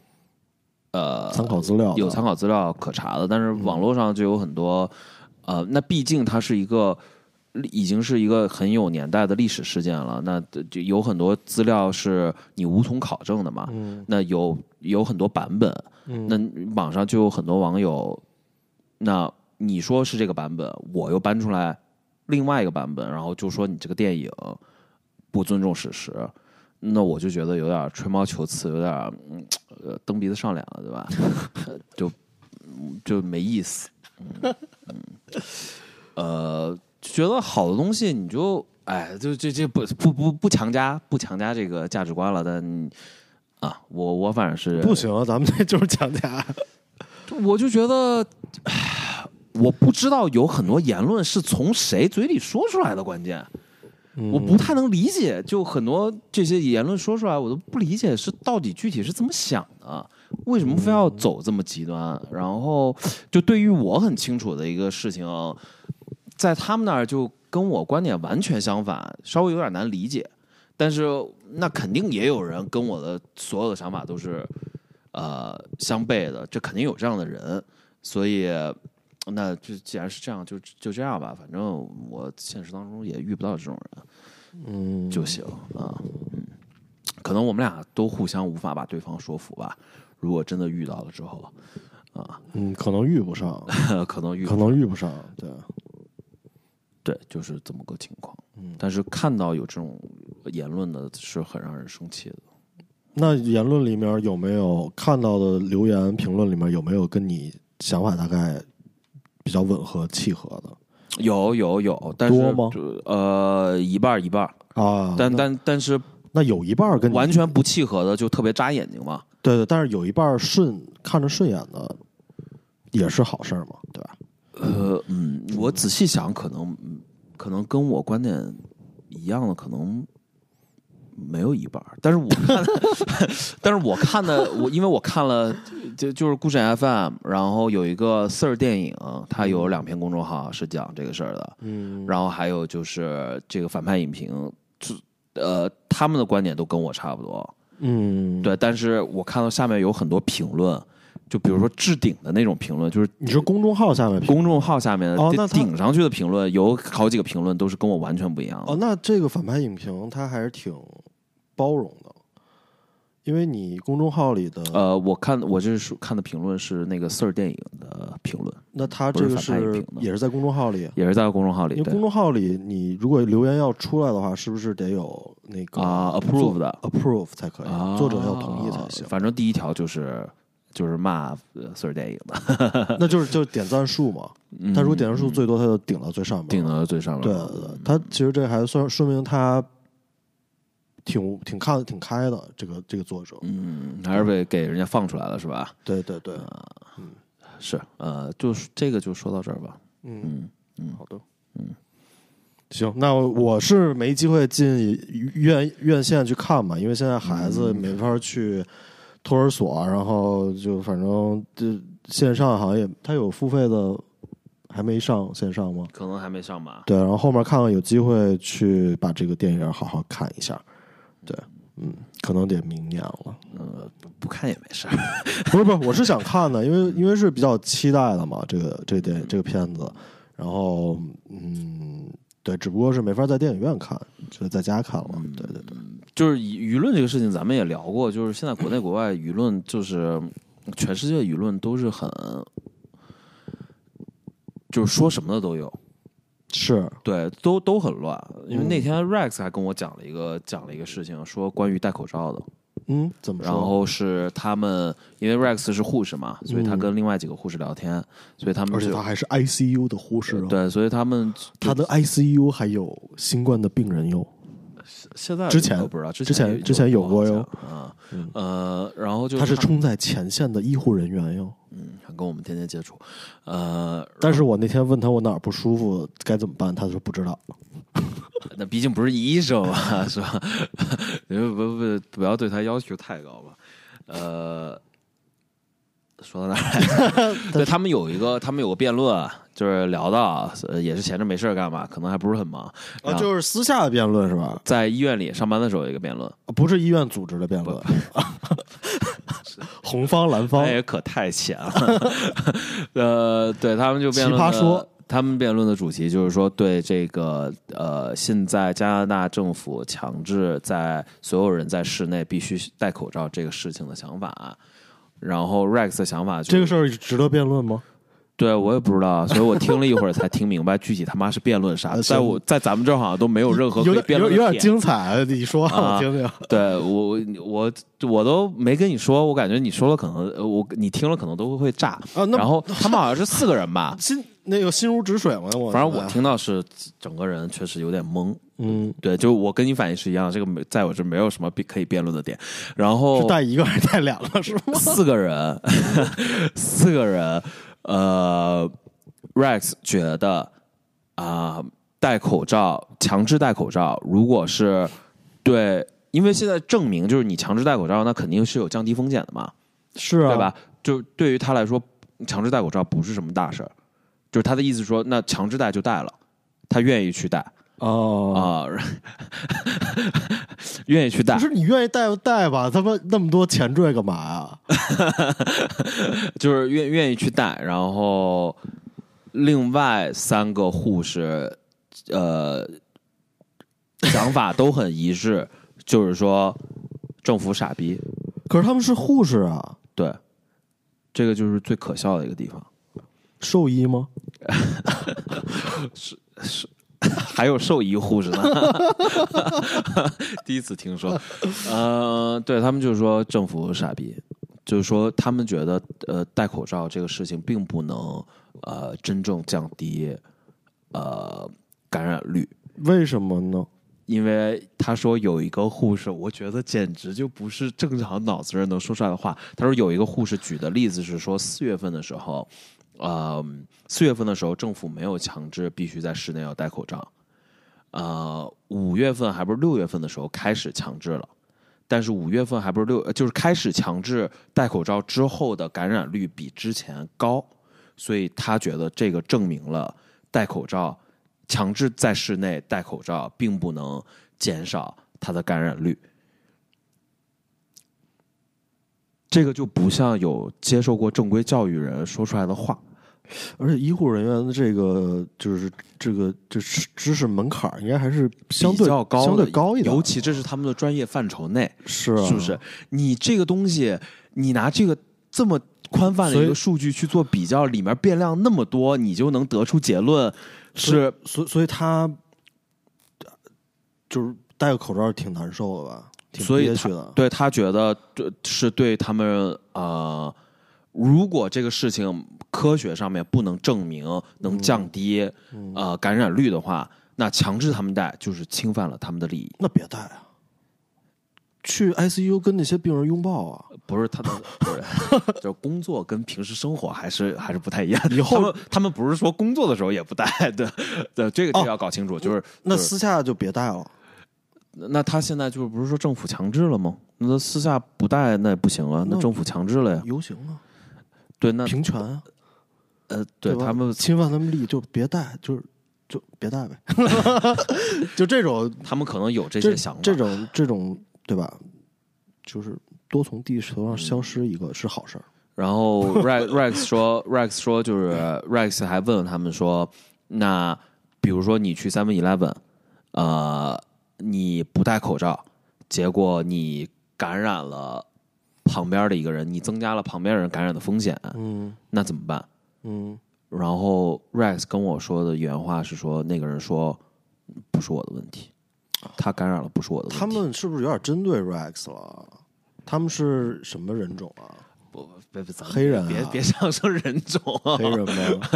[SPEAKER 2] 呃
[SPEAKER 1] 参考资料的嗯
[SPEAKER 2] 有参考资料可查的，但是网络上就有很多，呃，那毕竟它是一个已经是一个很有年代的历史事件了，那就有很多资料是你无从考证的嘛。
[SPEAKER 1] 嗯
[SPEAKER 2] 那有有很多版本，那网上就有很多网友，那你说是这个版本，我又搬出来另外一个版本，然后就说你这个电影不尊重史实。那我就觉得有点吹毛求疵，有点嗯呃蹬鼻子上脸了，对吧？ 就嗯就没意思。嗯嗯、呃，觉得好的东西你就哎，就这这不不不不强加不强加这个价值观了，但啊，我我反正是
[SPEAKER 1] 不行，咱们这就是讲价。
[SPEAKER 2] 我就觉得，唉我不知道有很多言论是从谁嘴里说出来的，关键。我不太能理解，就很多这些言论说出来，我都不理解是到底具体是怎么想的，为什么非要走这么极端？然后，就对于我很清楚的一个事情，在他们那儿就跟我观点完全相反，稍微有点难理解。但是那肯定也有人跟我的所有的想法都是呃相悖的，这肯定有这样的人，所以那就既然是这样，就就这样吧，反正我现实当中也遇不到这种人，嗯就行啊，嗯，可能我们俩都互相无法把对方说服吧。如果真的遇到了之后，
[SPEAKER 1] 嗯，可能遇不上，
[SPEAKER 2] 可能遇
[SPEAKER 1] 可能遇不上。对，
[SPEAKER 2] 对，就是这么个情况。嗯，但是看到有这种言论的是很让人生气的。
[SPEAKER 1] 那言论里面有没有看到的留言评论里面有没有跟你想法大概比较吻合契合的
[SPEAKER 2] 有有有，但是
[SPEAKER 1] 多吗
[SPEAKER 2] 就呃，一半儿一半儿，
[SPEAKER 1] 啊？
[SPEAKER 2] 但
[SPEAKER 1] 那
[SPEAKER 2] 但但是
[SPEAKER 1] 那有一半儿跟你
[SPEAKER 2] 完全不契合的就特别扎眼睛嘛。
[SPEAKER 1] 对对，但是有一半儿顺看着顺眼的也是好事儿嘛，对吧？
[SPEAKER 2] 呃，嗯，我仔细想，可能嗯可能跟我观点一样的，可能没有一半儿。但是 我看， 但是我看的，我因为我看了，就就是故事 FM，然后有一个四儿电影，它
[SPEAKER 1] 嗯
[SPEAKER 2] 有两篇公众号是讲这个事儿的，嗯，然后还有就是这个反派影评，就呃，他们的观点都跟我差不多，
[SPEAKER 1] 嗯，
[SPEAKER 2] 对，但是我看到下面有很多评论，就比如说置顶的那种评论，就是
[SPEAKER 1] 你说公众号下面评
[SPEAKER 2] 公众号下面的
[SPEAKER 1] 哦那他
[SPEAKER 2] 顶上去的评论，有好几个评论都是跟我完全不一样的。
[SPEAKER 1] 哦，那这个反派影评它还是挺包容的，因为你公众号里的，
[SPEAKER 2] 呃，我看我这是看的评论是那个 Sir 电影的评论，
[SPEAKER 1] 那它
[SPEAKER 2] 不
[SPEAKER 1] 这
[SPEAKER 2] 是
[SPEAKER 1] 个
[SPEAKER 2] 反派影
[SPEAKER 1] 是
[SPEAKER 2] 评的
[SPEAKER 1] 也是在公众号里，
[SPEAKER 2] 也是在公众号里
[SPEAKER 1] 因为
[SPEAKER 2] 对
[SPEAKER 1] 公众号里你如果留言要出来的话，是不是得有那个
[SPEAKER 2] 啊 approve 的
[SPEAKER 1] approve 才可以，
[SPEAKER 2] 啊，
[SPEAKER 1] 作者要同意才行。
[SPEAKER 2] 反正第一条就是呃就是骂呃 Sir 电影的，
[SPEAKER 1] 那就是就是点赞数嘛，
[SPEAKER 2] 嗯
[SPEAKER 1] 他如果点赞数最多，他就顶到最上面。
[SPEAKER 2] 顶到最上面。
[SPEAKER 1] 对对对，他其实这还算说明他挺挺看得挺开的，这个这个作者。
[SPEAKER 2] 嗯，啊还是被给人家放出来了是吧？
[SPEAKER 1] 对对对，
[SPEAKER 2] 是，呃，就是这个就说到这儿吧。
[SPEAKER 1] 嗯
[SPEAKER 2] 嗯
[SPEAKER 1] 好的，嗯，行，那我是没机会进院院线去看嘛，因为现在孩子没法去托儿所，然后就反正这线上好像也他有付费的，还没上线上吗？
[SPEAKER 2] 可能还没上吧。
[SPEAKER 1] 对，然后后面看看有机会去把这个电影好好看一下。对，嗯，可能得明年了。
[SPEAKER 2] 呃，不不看也没事儿。
[SPEAKER 1] 不是不是，我是想看的，因为因为是比较期待的嘛，这个这个电这个片子，然后嗯，对，只不过是没法在电影院看，就在家看了。
[SPEAKER 2] 嗯
[SPEAKER 1] 对对对，
[SPEAKER 2] 就是舆舆论这个事情，咱们也聊过，就是现在国内国外舆论，就是全世界舆论都是很，就是说什么的都有，
[SPEAKER 1] 是
[SPEAKER 2] 对，都都很乱。因为
[SPEAKER 1] 嗯
[SPEAKER 2] 那天 Rex 还跟我讲了一个讲了一个事情，说关于戴口罩的，
[SPEAKER 1] 嗯，怎么说？
[SPEAKER 2] 然后是他们，因为 Rex 是护士嘛，所以他
[SPEAKER 1] 嗯
[SPEAKER 2] 跟另外几个护士聊天，所以他们
[SPEAKER 1] 而且
[SPEAKER 2] 就
[SPEAKER 1] 他还是 ICU 的护士、哦，，
[SPEAKER 2] 对，所以他们
[SPEAKER 1] 他的 ICU 还有新冠的病人哟。
[SPEAKER 2] 现在
[SPEAKER 1] 之前
[SPEAKER 2] 我不知道，之
[SPEAKER 1] 之前
[SPEAKER 2] 前
[SPEAKER 1] 之前有过哟嗯
[SPEAKER 2] 啊，呃，然后就
[SPEAKER 1] 他是
[SPEAKER 2] 他嗯
[SPEAKER 1] 冲在前线的医护人员哟，
[SPEAKER 2] 跟我们天天接触，呃，
[SPEAKER 1] 但是我那天问他我哪儿不舒服该怎么办，他说不知道。
[SPEAKER 2] 那毕竟不是医生嘛， 是吧？你们不不不要对他要求太高吧。呃，说到哪儿来了？对他们有一个，他们有个辩论，啊就是聊到呃也是闲着没事儿干嘛，可能还不是很忙，
[SPEAKER 1] 啊，就是私下的辩论是吧？
[SPEAKER 2] 在医院里上班的时候有一个辩论，
[SPEAKER 1] 不是医院组织的辩论， 红方蓝方
[SPEAKER 2] 那，也可太浅了。 呃，对他们就辩论的
[SPEAKER 1] 奇葩说，
[SPEAKER 2] 他们辩论的主题就是说，对这个呃，现在加拿大政府强制在所有人在室内必须戴口罩这个事情的想法。然后 Rex 的想法就是
[SPEAKER 1] 这个事儿值得辩论吗？
[SPEAKER 2] 对我也不知道，所以我听了一会儿才听明白具体他妈是辩论啥。
[SPEAKER 1] 呃行
[SPEAKER 2] 在我在咱们这儿好像都没有任何可
[SPEAKER 1] 有
[SPEAKER 2] 以
[SPEAKER 1] 点
[SPEAKER 2] 辩论的
[SPEAKER 1] 有有点
[SPEAKER 2] 点
[SPEAKER 1] 精彩，你说
[SPEAKER 2] 啊
[SPEAKER 1] 我听听。
[SPEAKER 2] 对我我我都没跟你说，我感觉你说了可能呃我你听了可能都会炸。
[SPEAKER 1] 啊那，
[SPEAKER 2] 然后他们好像是四个人吧
[SPEAKER 1] 心那个心如止水嘛，我
[SPEAKER 2] 反正我，听到是整个人确实有点懵。
[SPEAKER 1] 嗯，
[SPEAKER 2] 对，就是我跟你反应是一样，这个没在我这没有什么比可以辩论的点。然后
[SPEAKER 1] 是带一个还是带俩了？是吗？
[SPEAKER 2] 四个人， 四个人，呃，Rex 觉得啊、戴口罩，强制戴口罩，如果是对，因为现在证明就是你强制戴口罩，那肯定是有降低风险的嘛，
[SPEAKER 1] 是啊，
[SPEAKER 2] 对？吧？就对于他来说，强制戴口罩不是什么大事儿，就是他的意思说，那强制戴就戴了，他愿意去戴
[SPEAKER 1] 哦，
[SPEAKER 2] 啊， 愿意去戴
[SPEAKER 1] 不，是你愿意带就带吧，他妈那么多前缀干嘛啊呀？
[SPEAKER 2] 就是愿愿意去带，然后另外三个护士，呃，想法都很一致，就是说政府傻逼，
[SPEAKER 1] 可是他们是护士啊，
[SPEAKER 2] 对，这个就是最可笑的一个地方。
[SPEAKER 1] 兽医吗？
[SPEAKER 2] 还有兽医护士呢， 第一次听说。呃，对他们就是说政府傻逼，就是说他们觉得呃戴口罩这个事情并不能呃真正降低呃感染率。
[SPEAKER 1] 为什么呢？
[SPEAKER 2] 因为他说有一个护士，我觉得简直就不是正常脑子人能说出来的话。他说有一个护士举的例子是说，四月份的时候，呃，四月份的时候政府没有强制必须在室内要戴口罩，呃，五月份还不是六月份的时候开始强制了，但是五月份还不是六，呃就是开始强制戴口罩之后的感染率比之前高，所以他觉得这个证明了戴口罩强制在室内戴口罩并不能减少它的感染率。这个就不像有接受过正规教育人说出来的话。
[SPEAKER 1] 而且医护人员的这个就是这个就是知识门槛儿应该还是相对
[SPEAKER 2] 比较高的
[SPEAKER 1] 相对高一点，
[SPEAKER 2] 尤其这是他们的专业范畴内，
[SPEAKER 1] 是啊
[SPEAKER 2] 是不是？你这个东西，你拿这个这么宽泛的
[SPEAKER 1] 所以
[SPEAKER 2] 一个数据去做比较，里面变量那么多，你就能得出结论是
[SPEAKER 1] 所以所以他就是戴个口罩挺难受的吧，挺
[SPEAKER 2] 所以
[SPEAKER 1] 憋
[SPEAKER 2] 他
[SPEAKER 1] 屈的。
[SPEAKER 2] 对他觉得这是对他们呃，如果这个事情科学上面不能证明能降低、
[SPEAKER 1] 嗯
[SPEAKER 2] 呃感染率的话，那强制他们戴就是侵犯了他们的利益。
[SPEAKER 1] 那别戴啊，去 ICU 跟那些病人拥抱啊！
[SPEAKER 2] 不是他的，不是，就是工作跟平时生活还是还是不太一样。以
[SPEAKER 1] 后
[SPEAKER 2] 他们他们不是说工作的时候也不戴， 对对，这个这个要搞清楚。就是
[SPEAKER 1] 哦那
[SPEAKER 2] 就是
[SPEAKER 1] 私下就别戴了。
[SPEAKER 2] 那他现在就是不是说政府强制了吗？那他私下不戴那也不行啊，那
[SPEAKER 1] 那
[SPEAKER 2] 政府强制了呀。
[SPEAKER 1] 游行啊，
[SPEAKER 2] 对，那
[SPEAKER 1] 平权啊，
[SPEAKER 2] 呃，对
[SPEAKER 1] 吧
[SPEAKER 2] 他们
[SPEAKER 1] 侵犯他们利益就别戴，就是就别戴呗， 就这种
[SPEAKER 2] 他们可能有这
[SPEAKER 1] 这
[SPEAKER 2] 些想法。
[SPEAKER 1] 这种这种对吧？就是多从地球上消失一个是好事儿。
[SPEAKER 2] 然后 Rex Rex 说 Rex 说就是 Rex 还问他们说，那比如说你去 Seven Eleven，呃，你不戴口罩，结果你感染了旁边的一个人，你增加了旁边人感染的风险，
[SPEAKER 1] 嗯
[SPEAKER 2] 那怎么办？
[SPEAKER 1] 嗯，
[SPEAKER 2] 然后 Rex 跟我说的原话是说，那个人说不是我的问题，他感染了不是我的问题。
[SPEAKER 1] 他们是不是有点针对 Rex 了？他们是什么人种啊？
[SPEAKER 2] 不别别咱们
[SPEAKER 1] 黑人啊
[SPEAKER 2] 别别上升人种 啊，
[SPEAKER 1] 黑人吗？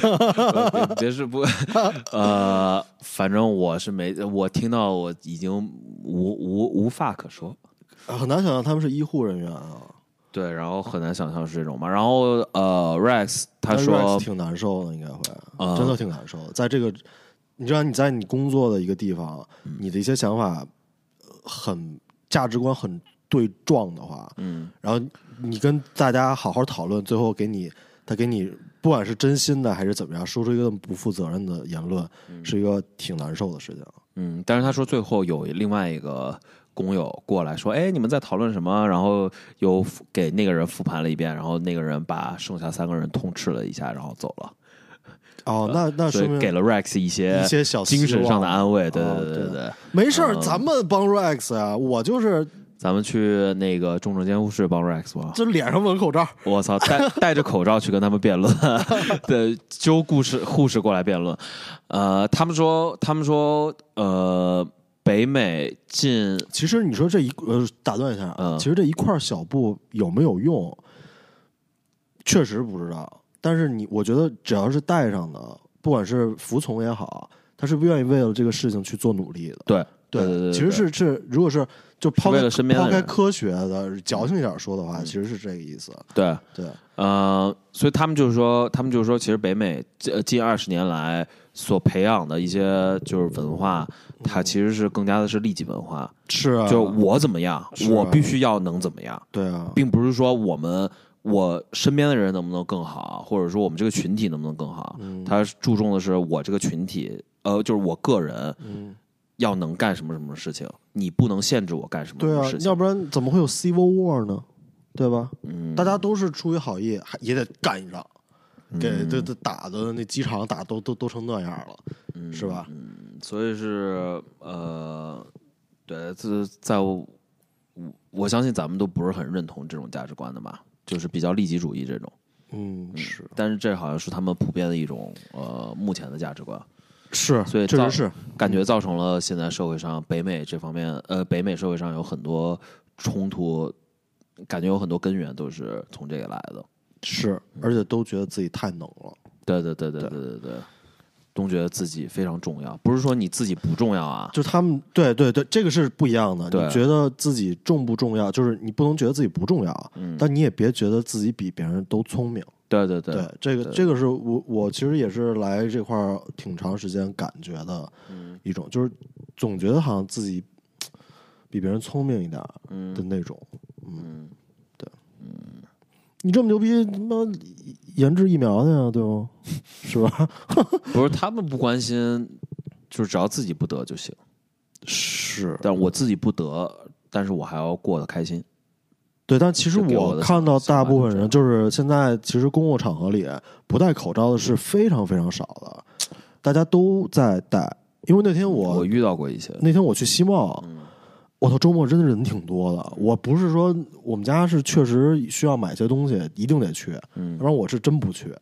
[SPEAKER 2] 别别是 不，呃，反正我是没，我听到我已经无无无话可说。
[SPEAKER 1] 啊很难想象他们是医护人员啊。
[SPEAKER 2] 对，然后很难想象是这种嘛。然后呃，Rex 他
[SPEAKER 1] 但
[SPEAKER 2] 说
[SPEAKER 1] Rex 挺难受的，应该会、
[SPEAKER 2] 啊
[SPEAKER 1] 真的挺难受的。在这个，你知道你在你工作的一个地方，
[SPEAKER 2] 嗯
[SPEAKER 1] 你的一些想法呃很价值观很对撞的话，嗯，然后你跟大家好好讨论，最后给你他给你不管是真心的还是怎么样，说出一个不负责任的言论，是一个挺难受的事情。
[SPEAKER 2] 嗯，但是他说最后有另外一个工友过来说，哎，你们在讨论什么？然后又复给那个人复盘了一遍，然后那个人把剩下三个人痛斥了一下，然后走了，
[SPEAKER 1] 哦，那那
[SPEAKER 2] 所
[SPEAKER 1] 说
[SPEAKER 2] 以
[SPEAKER 1] 明
[SPEAKER 2] 给了 Rex 一些
[SPEAKER 1] 一些小希
[SPEAKER 2] 精神上的
[SPEAKER 1] 望
[SPEAKER 2] 安慰。对
[SPEAKER 1] 哦
[SPEAKER 2] 对对
[SPEAKER 1] 对
[SPEAKER 2] 对对。
[SPEAKER 1] 没事儿，咱们帮 Rex 啊，我就是
[SPEAKER 2] 咱们去那个重症监护室帮 Rex 吧。
[SPEAKER 1] 就脸上纹口罩，
[SPEAKER 2] 我操，戴戴着口罩去跟他们辩论，对，揪护士护士过来辩论。呃，他们说，他们说，呃，北美近
[SPEAKER 1] 其实你说这一呃，打断一下啊，
[SPEAKER 2] 嗯
[SPEAKER 1] 其实这一块小布有没有用，确实不知道。但是你，我觉得只要是带上的，不管是服从也好，他是不愿意为了这个事情去做努力的。
[SPEAKER 2] 对对对对，
[SPEAKER 1] 其实是是，如果是就抛
[SPEAKER 2] 是
[SPEAKER 1] 开
[SPEAKER 2] 为了身边的
[SPEAKER 1] 抛开嗯
[SPEAKER 2] 人
[SPEAKER 1] 科学的矫情一点说的话，其实是这个意思。
[SPEAKER 2] 对。对
[SPEAKER 1] 对，
[SPEAKER 2] 呃，所以他们就是说，他们就是说，其实北美这近二十年来所培养的一些就是文化，它其实是更加的是利己文化，
[SPEAKER 1] 是啊，
[SPEAKER 2] 就是我怎么样，
[SPEAKER 1] 是啊
[SPEAKER 2] 我必须要能怎么样。
[SPEAKER 1] 对啊，
[SPEAKER 2] 并不是说我们我身边的人能不能更好，或者说我们这个群体能不能更好。
[SPEAKER 1] 嗯
[SPEAKER 2] 他注重的是我这个群体，呃，就是我个人，
[SPEAKER 1] 嗯
[SPEAKER 2] 要能干什么什么事情，你不能限制我干什么什
[SPEAKER 1] 对
[SPEAKER 2] 么
[SPEAKER 1] 啊
[SPEAKER 2] 事，情。
[SPEAKER 1] 要不然怎么会有 civil war 呢？对吧？嗯，大家都是出于好意，还也得干一仗，
[SPEAKER 2] 嗯
[SPEAKER 1] 给这这打的那机场打都都都成那样了，
[SPEAKER 2] 嗯
[SPEAKER 1] 是吧？
[SPEAKER 2] 所以是呃，对，这在我我相信咱们都不是很认同这种价值观的吧，就是比较利己主义这种。
[SPEAKER 1] 嗯，是
[SPEAKER 2] 但是这好像是他们普遍的一种呃目前的价值观。
[SPEAKER 1] 是，
[SPEAKER 2] 所以
[SPEAKER 1] 确
[SPEAKER 2] 造
[SPEAKER 1] 实是
[SPEAKER 2] 感觉造成了现在社会上北美这方面，呃，北美社会上有很多冲突，感觉有很多根源都是从这个来的。
[SPEAKER 1] 是，
[SPEAKER 2] 嗯
[SPEAKER 1] 而且都觉得自己太能了，
[SPEAKER 2] 对对对对对对对，都觉得自己非常重要，不是说你自己不重要啊。
[SPEAKER 1] 就他们对对对，这个是不一样的。
[SPEAKER 2] 对
[SPEAKER 1] 你觉得自己重不重要？就是你不能觉得自己不重要，
[SPEAKER 2] 嗯
[SPEAKER 1] 但你也别觉得自己比别人都聪明。
[SPEAKER 2] 对对对，
[SPEAKER 1] 这个这个是我我其实也是来这块儿挺长时间感觉的
[SPEAKER 2] 嗯
[SPEAKER 1] 一种，就是总觉得好像自己嘖比别人聪明一点儿的那种，嗯，对，
[SPEAKER 2] 嗯
[SPEAKER 1] 你这么牛逼，他妈研制疫苗去啊，对吗？ 是吧？
[SPEAKER 2] 不是他们不关心，就是只要自己不得就行。
[SPEAKER 1] 是，
[SPEAKER 2] 但我自己不得，但是我还要过得开心。
[SPEAKER 1] 对，但其实
[SPEAKER 2] 就给我
[SPEAKER 1] 我
[SPEAKER 2] 的
[SPEAKER 1] 看到
[SPEAKER 2] 想
[SPEAKER 1] 大
[SPEAKER 2] 法
[SPEAKER 1] 部
[SPEAKER 2] 就
[SPEAKER 1] 分
[SPEAKER 2] 这
[SPEAKER 1] 人
[SPEAKER 2] 样
[SPEAKER 1] 就是现在，其实公共场合里不戴口罩的是非常非常少的，大家都在戴。因为那天我
[SPEAKER 2] 我遇到过一些，
[SPEAKER 1] 那天我去西贸，
[SPEAKER 2] 嗯
[SPEAKER 1] 我操，周末真的人挺多的。我不是说我们家是确实需要买些东西，一定得去，
[SPEAKER 2] 嗯
[SPEAKER 1] 要不然我是真不去。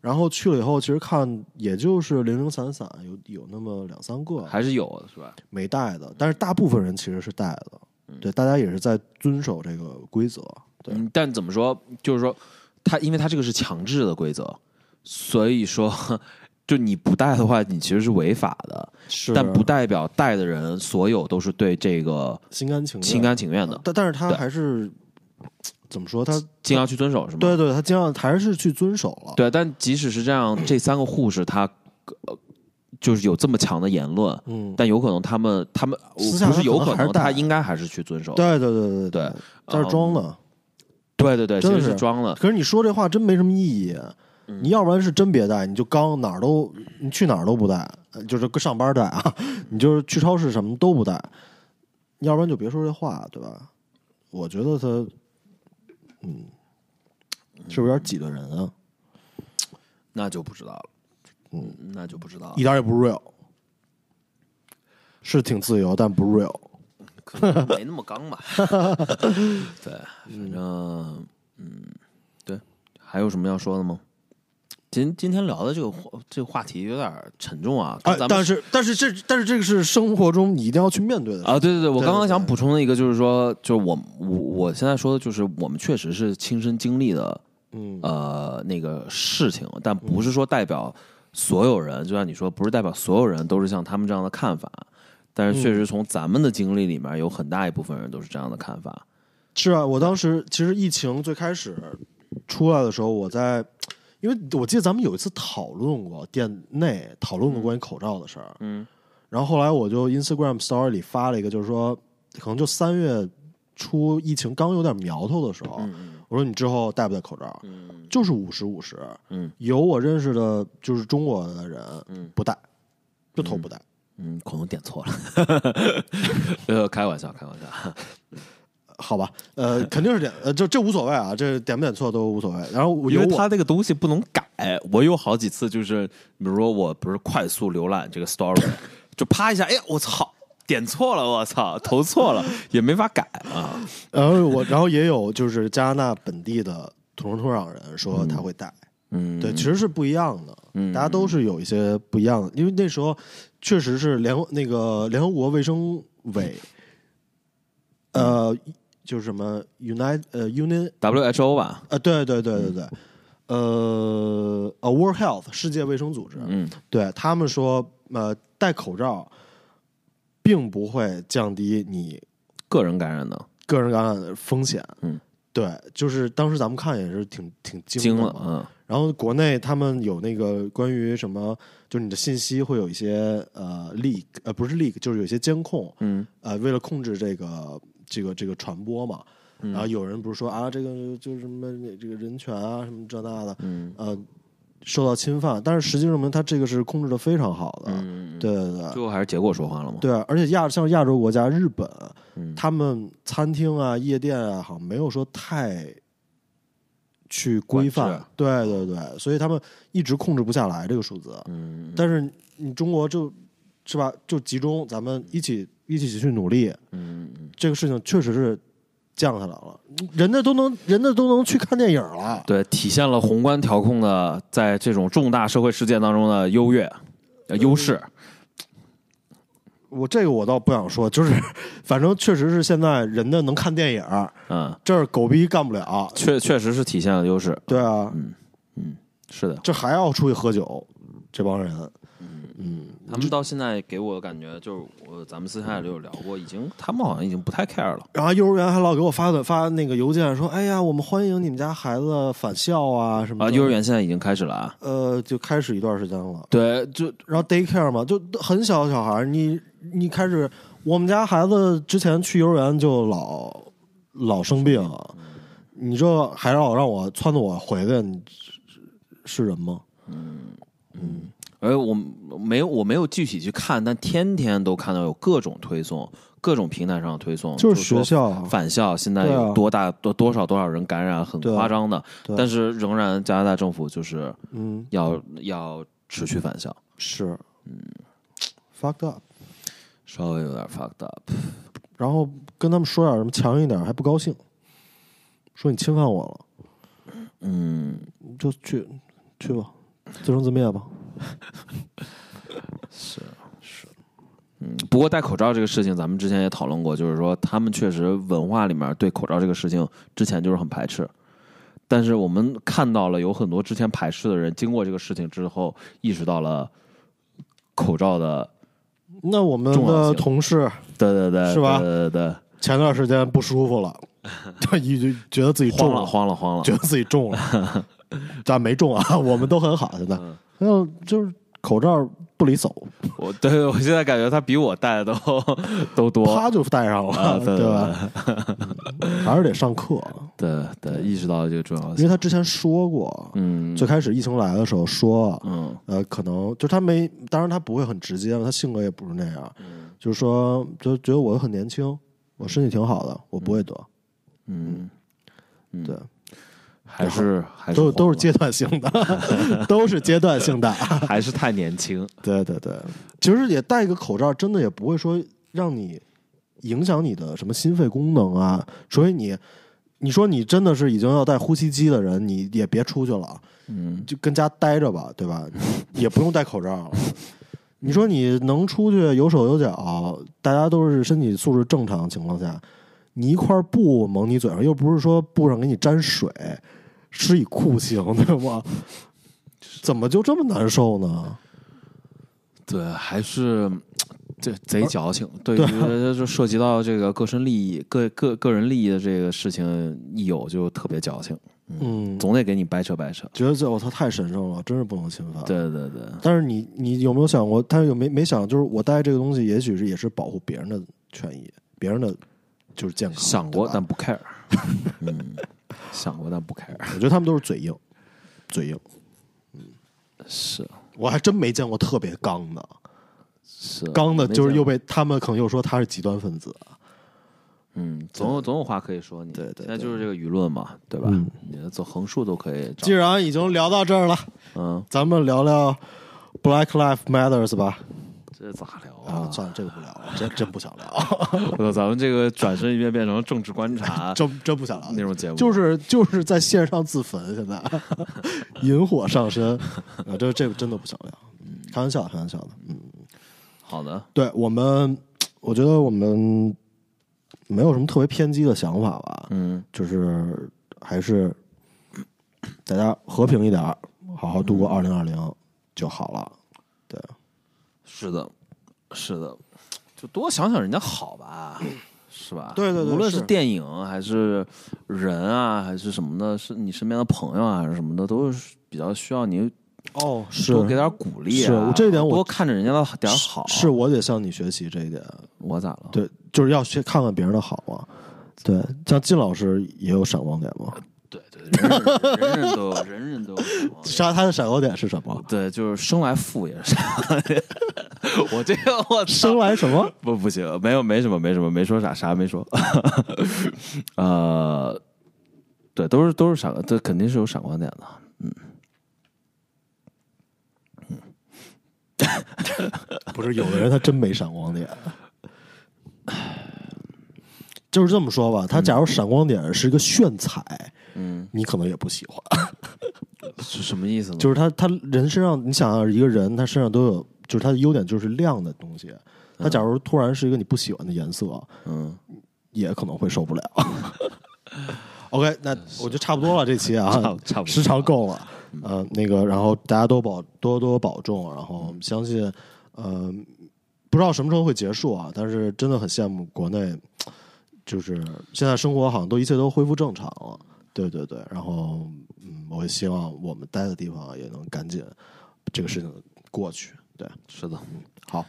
[SPEAKER 1] 然后去了以后，其实看也就是零零散散，有有那么两三个
[SPEAKER 2] 还是有的是吧？
[SPEAKER 1] 没戴的，但是大部分人其实是戴的。对，大家也是在遵守这个规则。对
[SPEAKER 2] 嗯，但怎么说，就是说，它因为它这个是强制的规则，所以说，就你不戴的话，你其实是违法的，
[SPEAKER 1] 是啊
[SPEAKER 2] 但不代表戴的人所有都是对这个
[SPEAKER 1] 心甘情愿，
[SPEAKER 2] 心甘情愿的，
[SPEAKER 1] 但但是他
[SPEAKER 2] 对
[SPEAKER 1] 还是怎么说？他
[SPEAKER 2] 尽量去遵守，是吗？
[SPEAKER 1] 对对，他尽量还是去遵守了。
[SPEAKER 2] 对，但即使是这样，这三个护士他、呃就是有这么强的言论，
[SPEAKER 1] 嗯，
[SPEAKER 2] 但有可能他们他们我
[SPEAKER 1] 私下
[SPEAKER 2] 不
[SPEAKER 1] 他
[SPEAKER 2] 是有
[SPEAKER 1] 可能
[SPEAKER 2] 可
[SPEAKER 1] 还是
[SPEAKER 2] 能，
[SPEAKER 1] 戴
[SPEAKER 2] 他应该还是去遵守的。
[SPEAKER 1] 对对对对
[SPEAKER 2] 对，嗯
[SPEAKER 1] 但是装的。
[SPEAKER 2] 对对对，其
[SPEAKER 1] 真的
[SPEAKER 2] 实
[SPEAKER 1] 是
[SPEAKER 2] 是装了。
[SPEAKER 1] 可是你说这话真没什么意义。你要不然是真别带，你就刚哪儿都你去哪儿都不带，呃就是跟上班带啊，你就是去超市什么都不带，要不然就别说这话，对吧？我觉得他，嗯，是不是有点挤兑人啊？
[SPEAKER 2] 那就不知道了，嗯，那就不知道了
[SPEAKER 1] 一。点也不 real，是挺自由，但不 real。
[SPEAKER 2] 可能 没那么刚 吧。对，反正嗯，对，还有什么要说的吗？今今天聊的这个话这个话题有点沉重啊，跟
[SPEAKER 1] 哎
[SPEAKER 2] 咱们，
[SPEAKER 1] 但是但是这但是这个是生活中你一定要去面对的事
[SPEAKER 2] 啊，对对对，我
[SPEAKER 1] 对
[SPEAKER 2] 刚刚
[SPEAKER 1] 对
[SPEAKER 2] 想
[SPEAKER 1] 对
[SPEAKER 2] 补充的一个就是说，就是我我我现在说的就是我们确实是亲身经历的，
[SPEAKER 1] 嗯
[SPEAKER 2] 呃，那个事情，但不是说代表所有人，就像你说，不是代表所有人都是像他们这样的看法，但
[SPEAKER 1] 嗯
[SPEAKER 2] 是确实从咱们的经历里面，有很大一部分人都是这样的看法。
[SPEAKER 1] 是啊，我当时其实疫情最开始出来的时候，我在，因为我记得咱们有一次讨论过店内讨
[SPEAKER 2] 嗯
[SPEAKER 1] 论过关于口罩的事儿，嗯，然后后来我就 Instagram Story 里发了一个，就是说可能就三月初疫情刚有点苗头的时
[SPEAKER 2] 嗯
[SPEAKER 1] 候，我说你之后戴不戴口罩？嗯，就是五十五十，
[SPEAKER 2] 嗯，
[SPEAKER 1] 有我认识的就是中国的人，
[SPEAKER 2] 嗯，
[SPEAKER 1] 不戴，就头不戴。
[SPEAKER 2] 嗯，可能点错了， 呃，开玩笑，开玩笑。
[SPEAKER 1] 好吧，呃，肯定是点，呃，这这无所谓啊，这点不点错都无所谓。然后我
[SPEAKER 2] 因
[SPEAKER 1] 有
[SPEAKER 2] 为
[SPEAKER 1] 我
[SPEAKER 2] 他这个东西不能改，我有好几次就是，比如说我不是快速浏览这个 story，就啪一下，哎呀，我操，点错了，我操，投错 了，也没法改啊。
[SPEAKER 1] 然后我，然后也有就是加拿大本地的土生土长人说他会戴，
[SPEAKER 2] 嗯，
[SPEAKER 1] 对，其实是不一样的，
[SPEAKER 2] 嗯
[SPEAKER 1] 大家都是有一些不一样的，因为那时候确实是联合那个联合国卫生委，呃，就是什么 Unite 呃 Union
[SPEAKER 2] ，WHO 吧，
[SPEAKER 1] 呃，对对对对对，呃呃 World Health 世界卫生组织，
[SPEAKER 2] 嗯
[SPEAKER 1] 对他们说，呃，戴口罩并不会降低你
[SPEAKER 2] 个人感染的，
[SPEAKER 1] 个人感染的风险。
[SPEAKER 2] 嗯，
[SPEAKER 1] 对，就是当时咱们看也是挺挺惊
[SPEAKER 2] 惊
[SPEAKER 1] 的
[SPEAKER 2] 了
[SPEAKER 1] 嘛，
[SPEAKER 2] 嗯。
[SPEAKER 1] 然后国内他们有那个关于什么，就是你的信息会有一些呃 leak，呃不是 leak，就是有一些监控，
[SPEAKER 2] 嗯，
[SPEAKER 1] 呃，为了控制这个这个这个传播嘛。
[SPEAKER 2] 嗯
[SPEAKER 1] 然后有人不是说啊，这个就是什么这个人权啊，什么这那的，
[SPEAKER 2] 嗯，
[SPEAKER 1] 呃，受到侵犯，但是实际证明他这个是控制的非常好的，
[SPEAKER 2] 嗯，
[SPEAKER 1] 对对对，
[SPEAKER 2] 最后还是结果说话了嘛。
[SPEAKER 1] 对，而且亚像亚洲国家，日本，
[SPEAKER 2] 嗯
[SPEAKER 1] 他们餐厅啊、夜店啊，好像没有说太去规
[SPEAKER 2] 管
[SPEAKER 1] 范
[SPEAKER 2] 制，
[SPEAKER 1] 对对对，所以他们一直控制不下来这个数字。
[SPEAKER 2] 嗯，
[SPEAKER 1] 但是你中国就是吧，就集中咱们一起一起去努力，
[SPEAKER 2] 嗯嗯，
[SPEAKER 1] 这个事情确实是降下来了，人家都能人家都能去看电影了，
[SPEAKER 2] 对，体现了宏观调控的在这种重大社会事件当中的优越、呃、优势。
[SPEAKER 1] 我这个我倒不想说，就是 反正确实是现在人家能看电影，
[SPEAKER 2] 嗯，
[SPEAKER 1] 这儿狗逼干不了，
[SPEAKER 2] 确确实是体现了优势。
[SPEAKER 1] 对啊，
[SPEAKER 2] 是的，
[SPEAKER 1] 这还要出去喝酒，这帮人，
[SPEAKER 2] 他们到现在给我的感觉就是，我咱们私下里有聊过，已经他们好像已经不太 care 了。
[SPEAKER 1] 然后幼儿园还老给我发的发那个邮件说，哎呀，我们欢迎你们家孩子返校啊什么
[SPEAKER 2] 啊，
[SPEAKER 1] 的
[SPEAKER 2] 幼儿园现在已经开始了啊。
[SPEAKER 1] 呃，就开始一段时间了。
[SPEAKER 2] 对，就
[SPEAKER 1] 然后 daycare 嘛，就很小的小孩儿，你你开始，我们家孩子之前去幼儿园就老老生病，你这还老让我撺掇我回去，你是人吗？
[SPEAKER 2] 而我没有我没有具体去看，但天天都看到有各种推送、各种平台上推送，
[SPEAKER 1] 就是是学
[SPEAKER 2] 说
[SPEAKER 1] 校啊
[SPEAKER 2] 返校现在
[SPEAKER 1] 对啊
[SPEAKER 2] 有多大多多少多少人感染，很
[SPEAKER 1] 对啊
[SPEAKER 2] 夸张的
[SPEAKER 1] 对。
[SPEAKER 2] 但是仍然加拿大政府就是
[SPEAKER 1] 嗯，
[SPEAKER 2] 要要持续返校，
[SPEAKER 1] 是，嗯，fucked up。
[SPEAKER 2] 稍微有点 fucked up。
[SPEAKER 1] 然后跟他们说点什么强硬点，还不高兴，说你侵犯我了，
[SPEAKER 2] 嗯，
[SPEAKER 1] 你就去去吧，自生自灭吧。
[SPEAKER 2] 不过戴口罩这个事情，咱们之前也讨论过，就是说他们确实文化里面对口罩这个事情之前就是很排斥，但是我们看到了有很多之前排斥的人，经过这个事情之后，意识到了口罩的，
[SPEAKER 1] 那我们
[SPEAKER 2] 重要
[SPEAKER 1] 的
[SPEAKER 2] 性
[SPEAKER 1] 同事
[SPEAKER 2] 对对对，
[SPEAKER 1] 是吧
[SPEAKER 2] 对对对
[SPEAKER 1] 前段时间不舒服了，就一就觉得自己
[SPEAKER 2] 对，慌
[SPEAKER 1] 中
[SPEAKER 2] 了慌了慌了
[SPEAKER 1] 觉，得自己中了， 但没中啊， 我们都很好现在。
[SPEAKER 2] 嗯
[SPEAKER 1] 还有就是口罩不离手，
[SPEAKER 2] 我对我现在感觉他比我戴的都都多，
[SPEAKER 1] 啪就戴上了，
[SPEAKER 2] 啊对
[SPEAKER 1] 吧？嗯还是得上 课，
[SPEAKER 2] 对对，意识到了这个重要
[SPEAKER 1] 因
[SPEAKER 2] 性，
[SPEAKER 1] 为他之前说过，
[SPEAKER 2] 嗯
[SPEAKER 1] 最开始疫情来的时候说，
[SPEAKER 2] 嗯
[SPEAKER 1] 呃，可能就他没，当然他不会很直接，他性格也不是那样，
[SPEAKER 2] 嗯
[SPEAKER 1] 就是说就觉得我很年轻，我身体挺好的，我不会得，
[SPEAKER 2] 嗯嗯，
[SPEAKER 1] 对，
[SPEAKER 2] 还是还是
[SPEAKER 1] 都都
[SPEAKER 2] 慌
[SPEAKER 1] 是
[SPEAKER 2] 了
[SPEAKER 1] 阶段性的， 都是阶段性的，
[SPEAKER 2] 还是太年轻，
[SPEAKER 1] 对对对，其实也戴一个口罩，真的也不会说让你影响你的什么心肺功能啊，除非你。你说你真的是已经要戴呼吸机的人，你也别出去了，
[SPEAKER 2] 嗯。
[SPEAKER 1] 就跟家待着吧，对吧？也不用戴口罩了。你说你能出去有手有脚，大家都是身体素质正常情况下，你一块布蒙你嘴上，又不是说布上给你沾水，施以酷刑，对吗？怎么就这么难受呢？
[SPEAKER 2] 对，还是这贼矫情。对于就涉及到这个个身利益、个个个人利益的这个事情，一有就特别矫情，
[SPEAKER 1] 嗯，
[SPEAKER 2] 总得给你掰扯掰扯。
[SPEAKER 1] 觉得这我操太神圣了，真是不啊能侵犯。，
[SPEAKER 2] 对对对，
[SPEAKER 1] 但是你你有没有想过？但是有没没想，就是我戴这个东西，也许是也是保护别人的权益，别人的就是健康。
[SPEAKER 2] 想
[SPEAKER 1] 对
[SPEAKER 2] 过
[SPEAKER 1] 吧 嗯
[SPEAKER 2] 但不 care，嗯，想过但不 care，
[SPEAKER 1] 我觉得他们都是嘴硬，嘴硬。
[SPEAKER 2] 是
[SPEAKER 1] 我还真没见过特别刚的，
[SPEAKER 2] 是
[SPEAKER 1] 刚的就是又
[SPEAKER 2] 被
[SPEAKER 1] 被他们可能又说他是极端分子。
[SPEAKER 2] 嗯，总有总有话可以说你。
[SPEAKER 1] 对对对
[SPEAKER 2] 现在就是这个舆论嘛，对吧
[SPEAKER 1] 嗯？
[SPEAKER 2] 你走横竖都可以找
[SPEAKER 1] 既。然已经聊到这儿了，
[SPEAKER 2] 嗯，
[SPEAKER 1] 咱们聊聊 Black Lives Matters 吧。
[SPEAKER 2] 这咋聊
[SPEAKER 1] 啊
[SPEAKER 2] 啊，？
[SPEAKER 1] 算了，这个不聊了，真真不想聊，
[SPEAKER 2] 我操，咱们这个转身一变变成政治观 察
[SPEAKER 1] 真真不想聊
[SPEAKER 2] 那。种节目，
[SPEAKER 1] 就是就是在线上自焚，现在 引火上 身，啊，这这个真的不想聊，开玩笑，开玩笑的。嗯，
[SPEAKER 2] 好的，
[SPEAKER 1] 对我们，我觉得我们没有什么特别偏激的想法吧。
[SPEAKER 2] 嗯。
[SPEAKER 1] 就是还是大家和平一点儿，好好度过二零二零就好了。对，
[SPEAKER 2] 是的，是的，就多想想人家好吧，是吧？
[SPEAKER 1] 对对对
[SPEAKER 2] 无论
[SPEAKER 1] 是
[SPEAKER 2] 是电影还是人啊，还是什么的，是你身边的朋友啊，还是什么的，都是比较需要你
[SPEAKER 1] 哦，是
[SPEAKER 2] 多给点鼓励、啊。
[SPEAKER 1] 是我这一点我
[SPEAKER 2] 多看着人家的点好。
[SPEAKER 1] 是我得向你学习这一点。
[SPEAKER 2] 我咋了？
[SPEAKER 1] 对，就是要去看看别人的好啊。对，像金老师也有闪光点吗？
[SPEAKER 2] 对对，人人人人都有，人人都有指望。
[SPEAKER 1] 啥？他的闪光点是什么？
[SPEAKER 2] 对，就是生来富也是。 我这个我操
[SPEAKER 1] 生来什么？
[SPEAKER 2] 不不行，没有没什么没什么，没说啥啥没说。 呃，对，都是都是闪，这肯定是有闪光点 的。
[SPEAKER 1] 不是，有的人他真没闪光 点。就是这么说吧，他假如闪光点是一个炫彩，
[SPEAKER 2] 嗯，
[SPEAKER 1] 你可能也不喜欢。
[SPEAKER 2] 是什么意思 呢？
[SPEAKER 1] 就是他他人身上，你想想一个人，他身上都有，就是他的优点就是亮的东西。他假如突然是一个你不喜欢的颜色，
[SPEAKER 2] 嗯，
[SPEAKER 1] 也可能会受不了。OK，那我就差不多了，这期啊，
[SPEAKER 2] 差不多
[SPEAKER 1] 时长够了。呃，那个，然后大家都保多多保重，然后相信，呃，不知道什么时候会结束啊，但是真的很羡慕国内，就是现在生活好像都一切都恢复正常了。对对对，然后嗯，我也希望我们待的地方也能赶紧这个事情过去。对，
[SPEAKER 2] 是的，
[SPEAKER 1] 好，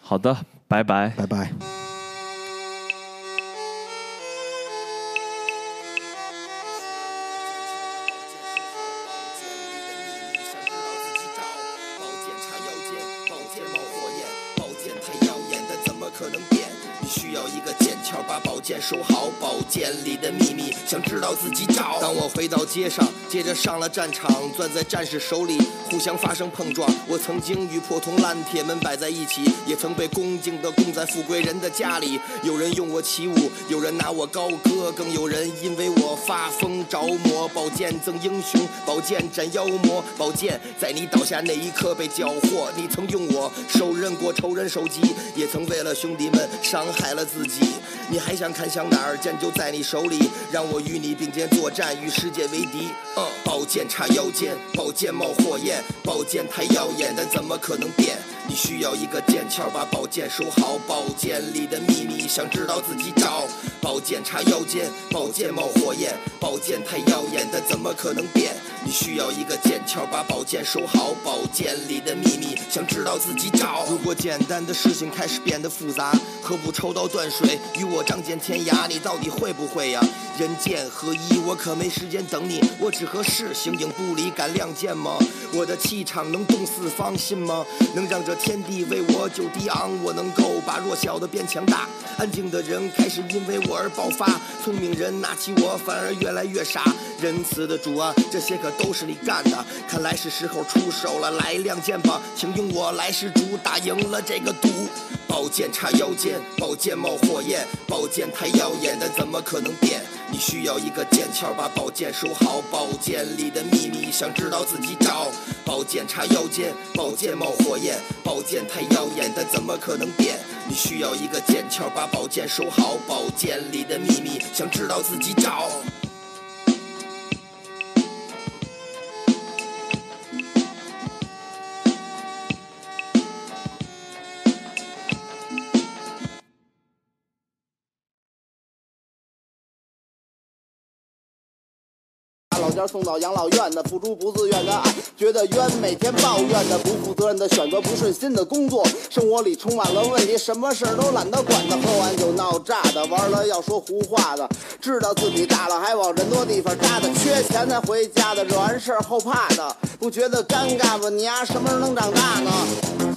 [SPEAKER 2] 好的，拜拜。
[SPEAKER 1] 拜拜。
[SPEAKER 3] 冒火焰，可能变？你需要一剑收好宝剑里的秘密，想知道自己找。当我回到街上，接着上了战场，攥在战士手里，互相发生碰撞。我曾经与破铜烂铁们摆在一起，也曾被恭敬的供在富贵人的家里。有人用我起舞，有人拿我高歌，更有人因为我发疯着魔。宝剑赠英雄，宝剑斩妖魔，宝剑在你倒下那一刻被缴获。你曾用我手刃过仇人首级，也曾为了兄弟们伤害了自己。你还想看向哪儿？剑就在你手里，让我与你并肩作战，与世界为敌。嗯，宝剑插腰间，宝剑冒火焰，宝剑太耀眼，但怎么可能变？你需要一个剑鞘，把宝剑收好，宝剑里的秘密想知道自己找。宝剑插腰间，宝剑冒火焰，宝剑太耀眼，但怎么可能变？你需要一个剑鞘，把宝剑收好，宝剑里的秘密想知道自己找。如果简单的事情开始变得复杂，何不抽刀断水，与我仗剑天涯？你到底会不会呀？人剑合一，我可没时间等你，我只合适，形影不离，敢亮剑吗？我的气场能动四方，信吗？能让这天地为我久低昂，我能够把弱小的变强大。安静的人开始因为我而爆发，聪明人拿起我反而越来越傻。仁慈的主啊，这些可都是你干的，看来是时候出手了，来亮剑吧，请用我来施主，打赢了这个赌。宝剑插腰间，宝剑冒火焰，宝剑太耀眼，但怎么可能变？你需要一个剑鞘，把宝剑收好，宝剑里的秘密想知道自己找。宝剑插腰间，宝剑冒火焰，宝剑太耀眼，但怎么可能变？你需要一个剑鞘，把宝剑收好，宝剑里的秘密想知道自己找。
[SPEAKER 4] 老家送到养老院的，付出不自愿的爱，觉得冤，每天抱怨的，不负责任的选择，不顺心的工作，生活里充满了问题，什么事儿都懒得管的，喝完酒闹炸的，玩了要说胡话的，知道自己大了还往人多地方扎的，缺钱才回家的，惹完事儿后怕的，不觉得尴尬吗？你丫、什么时候能长大呢？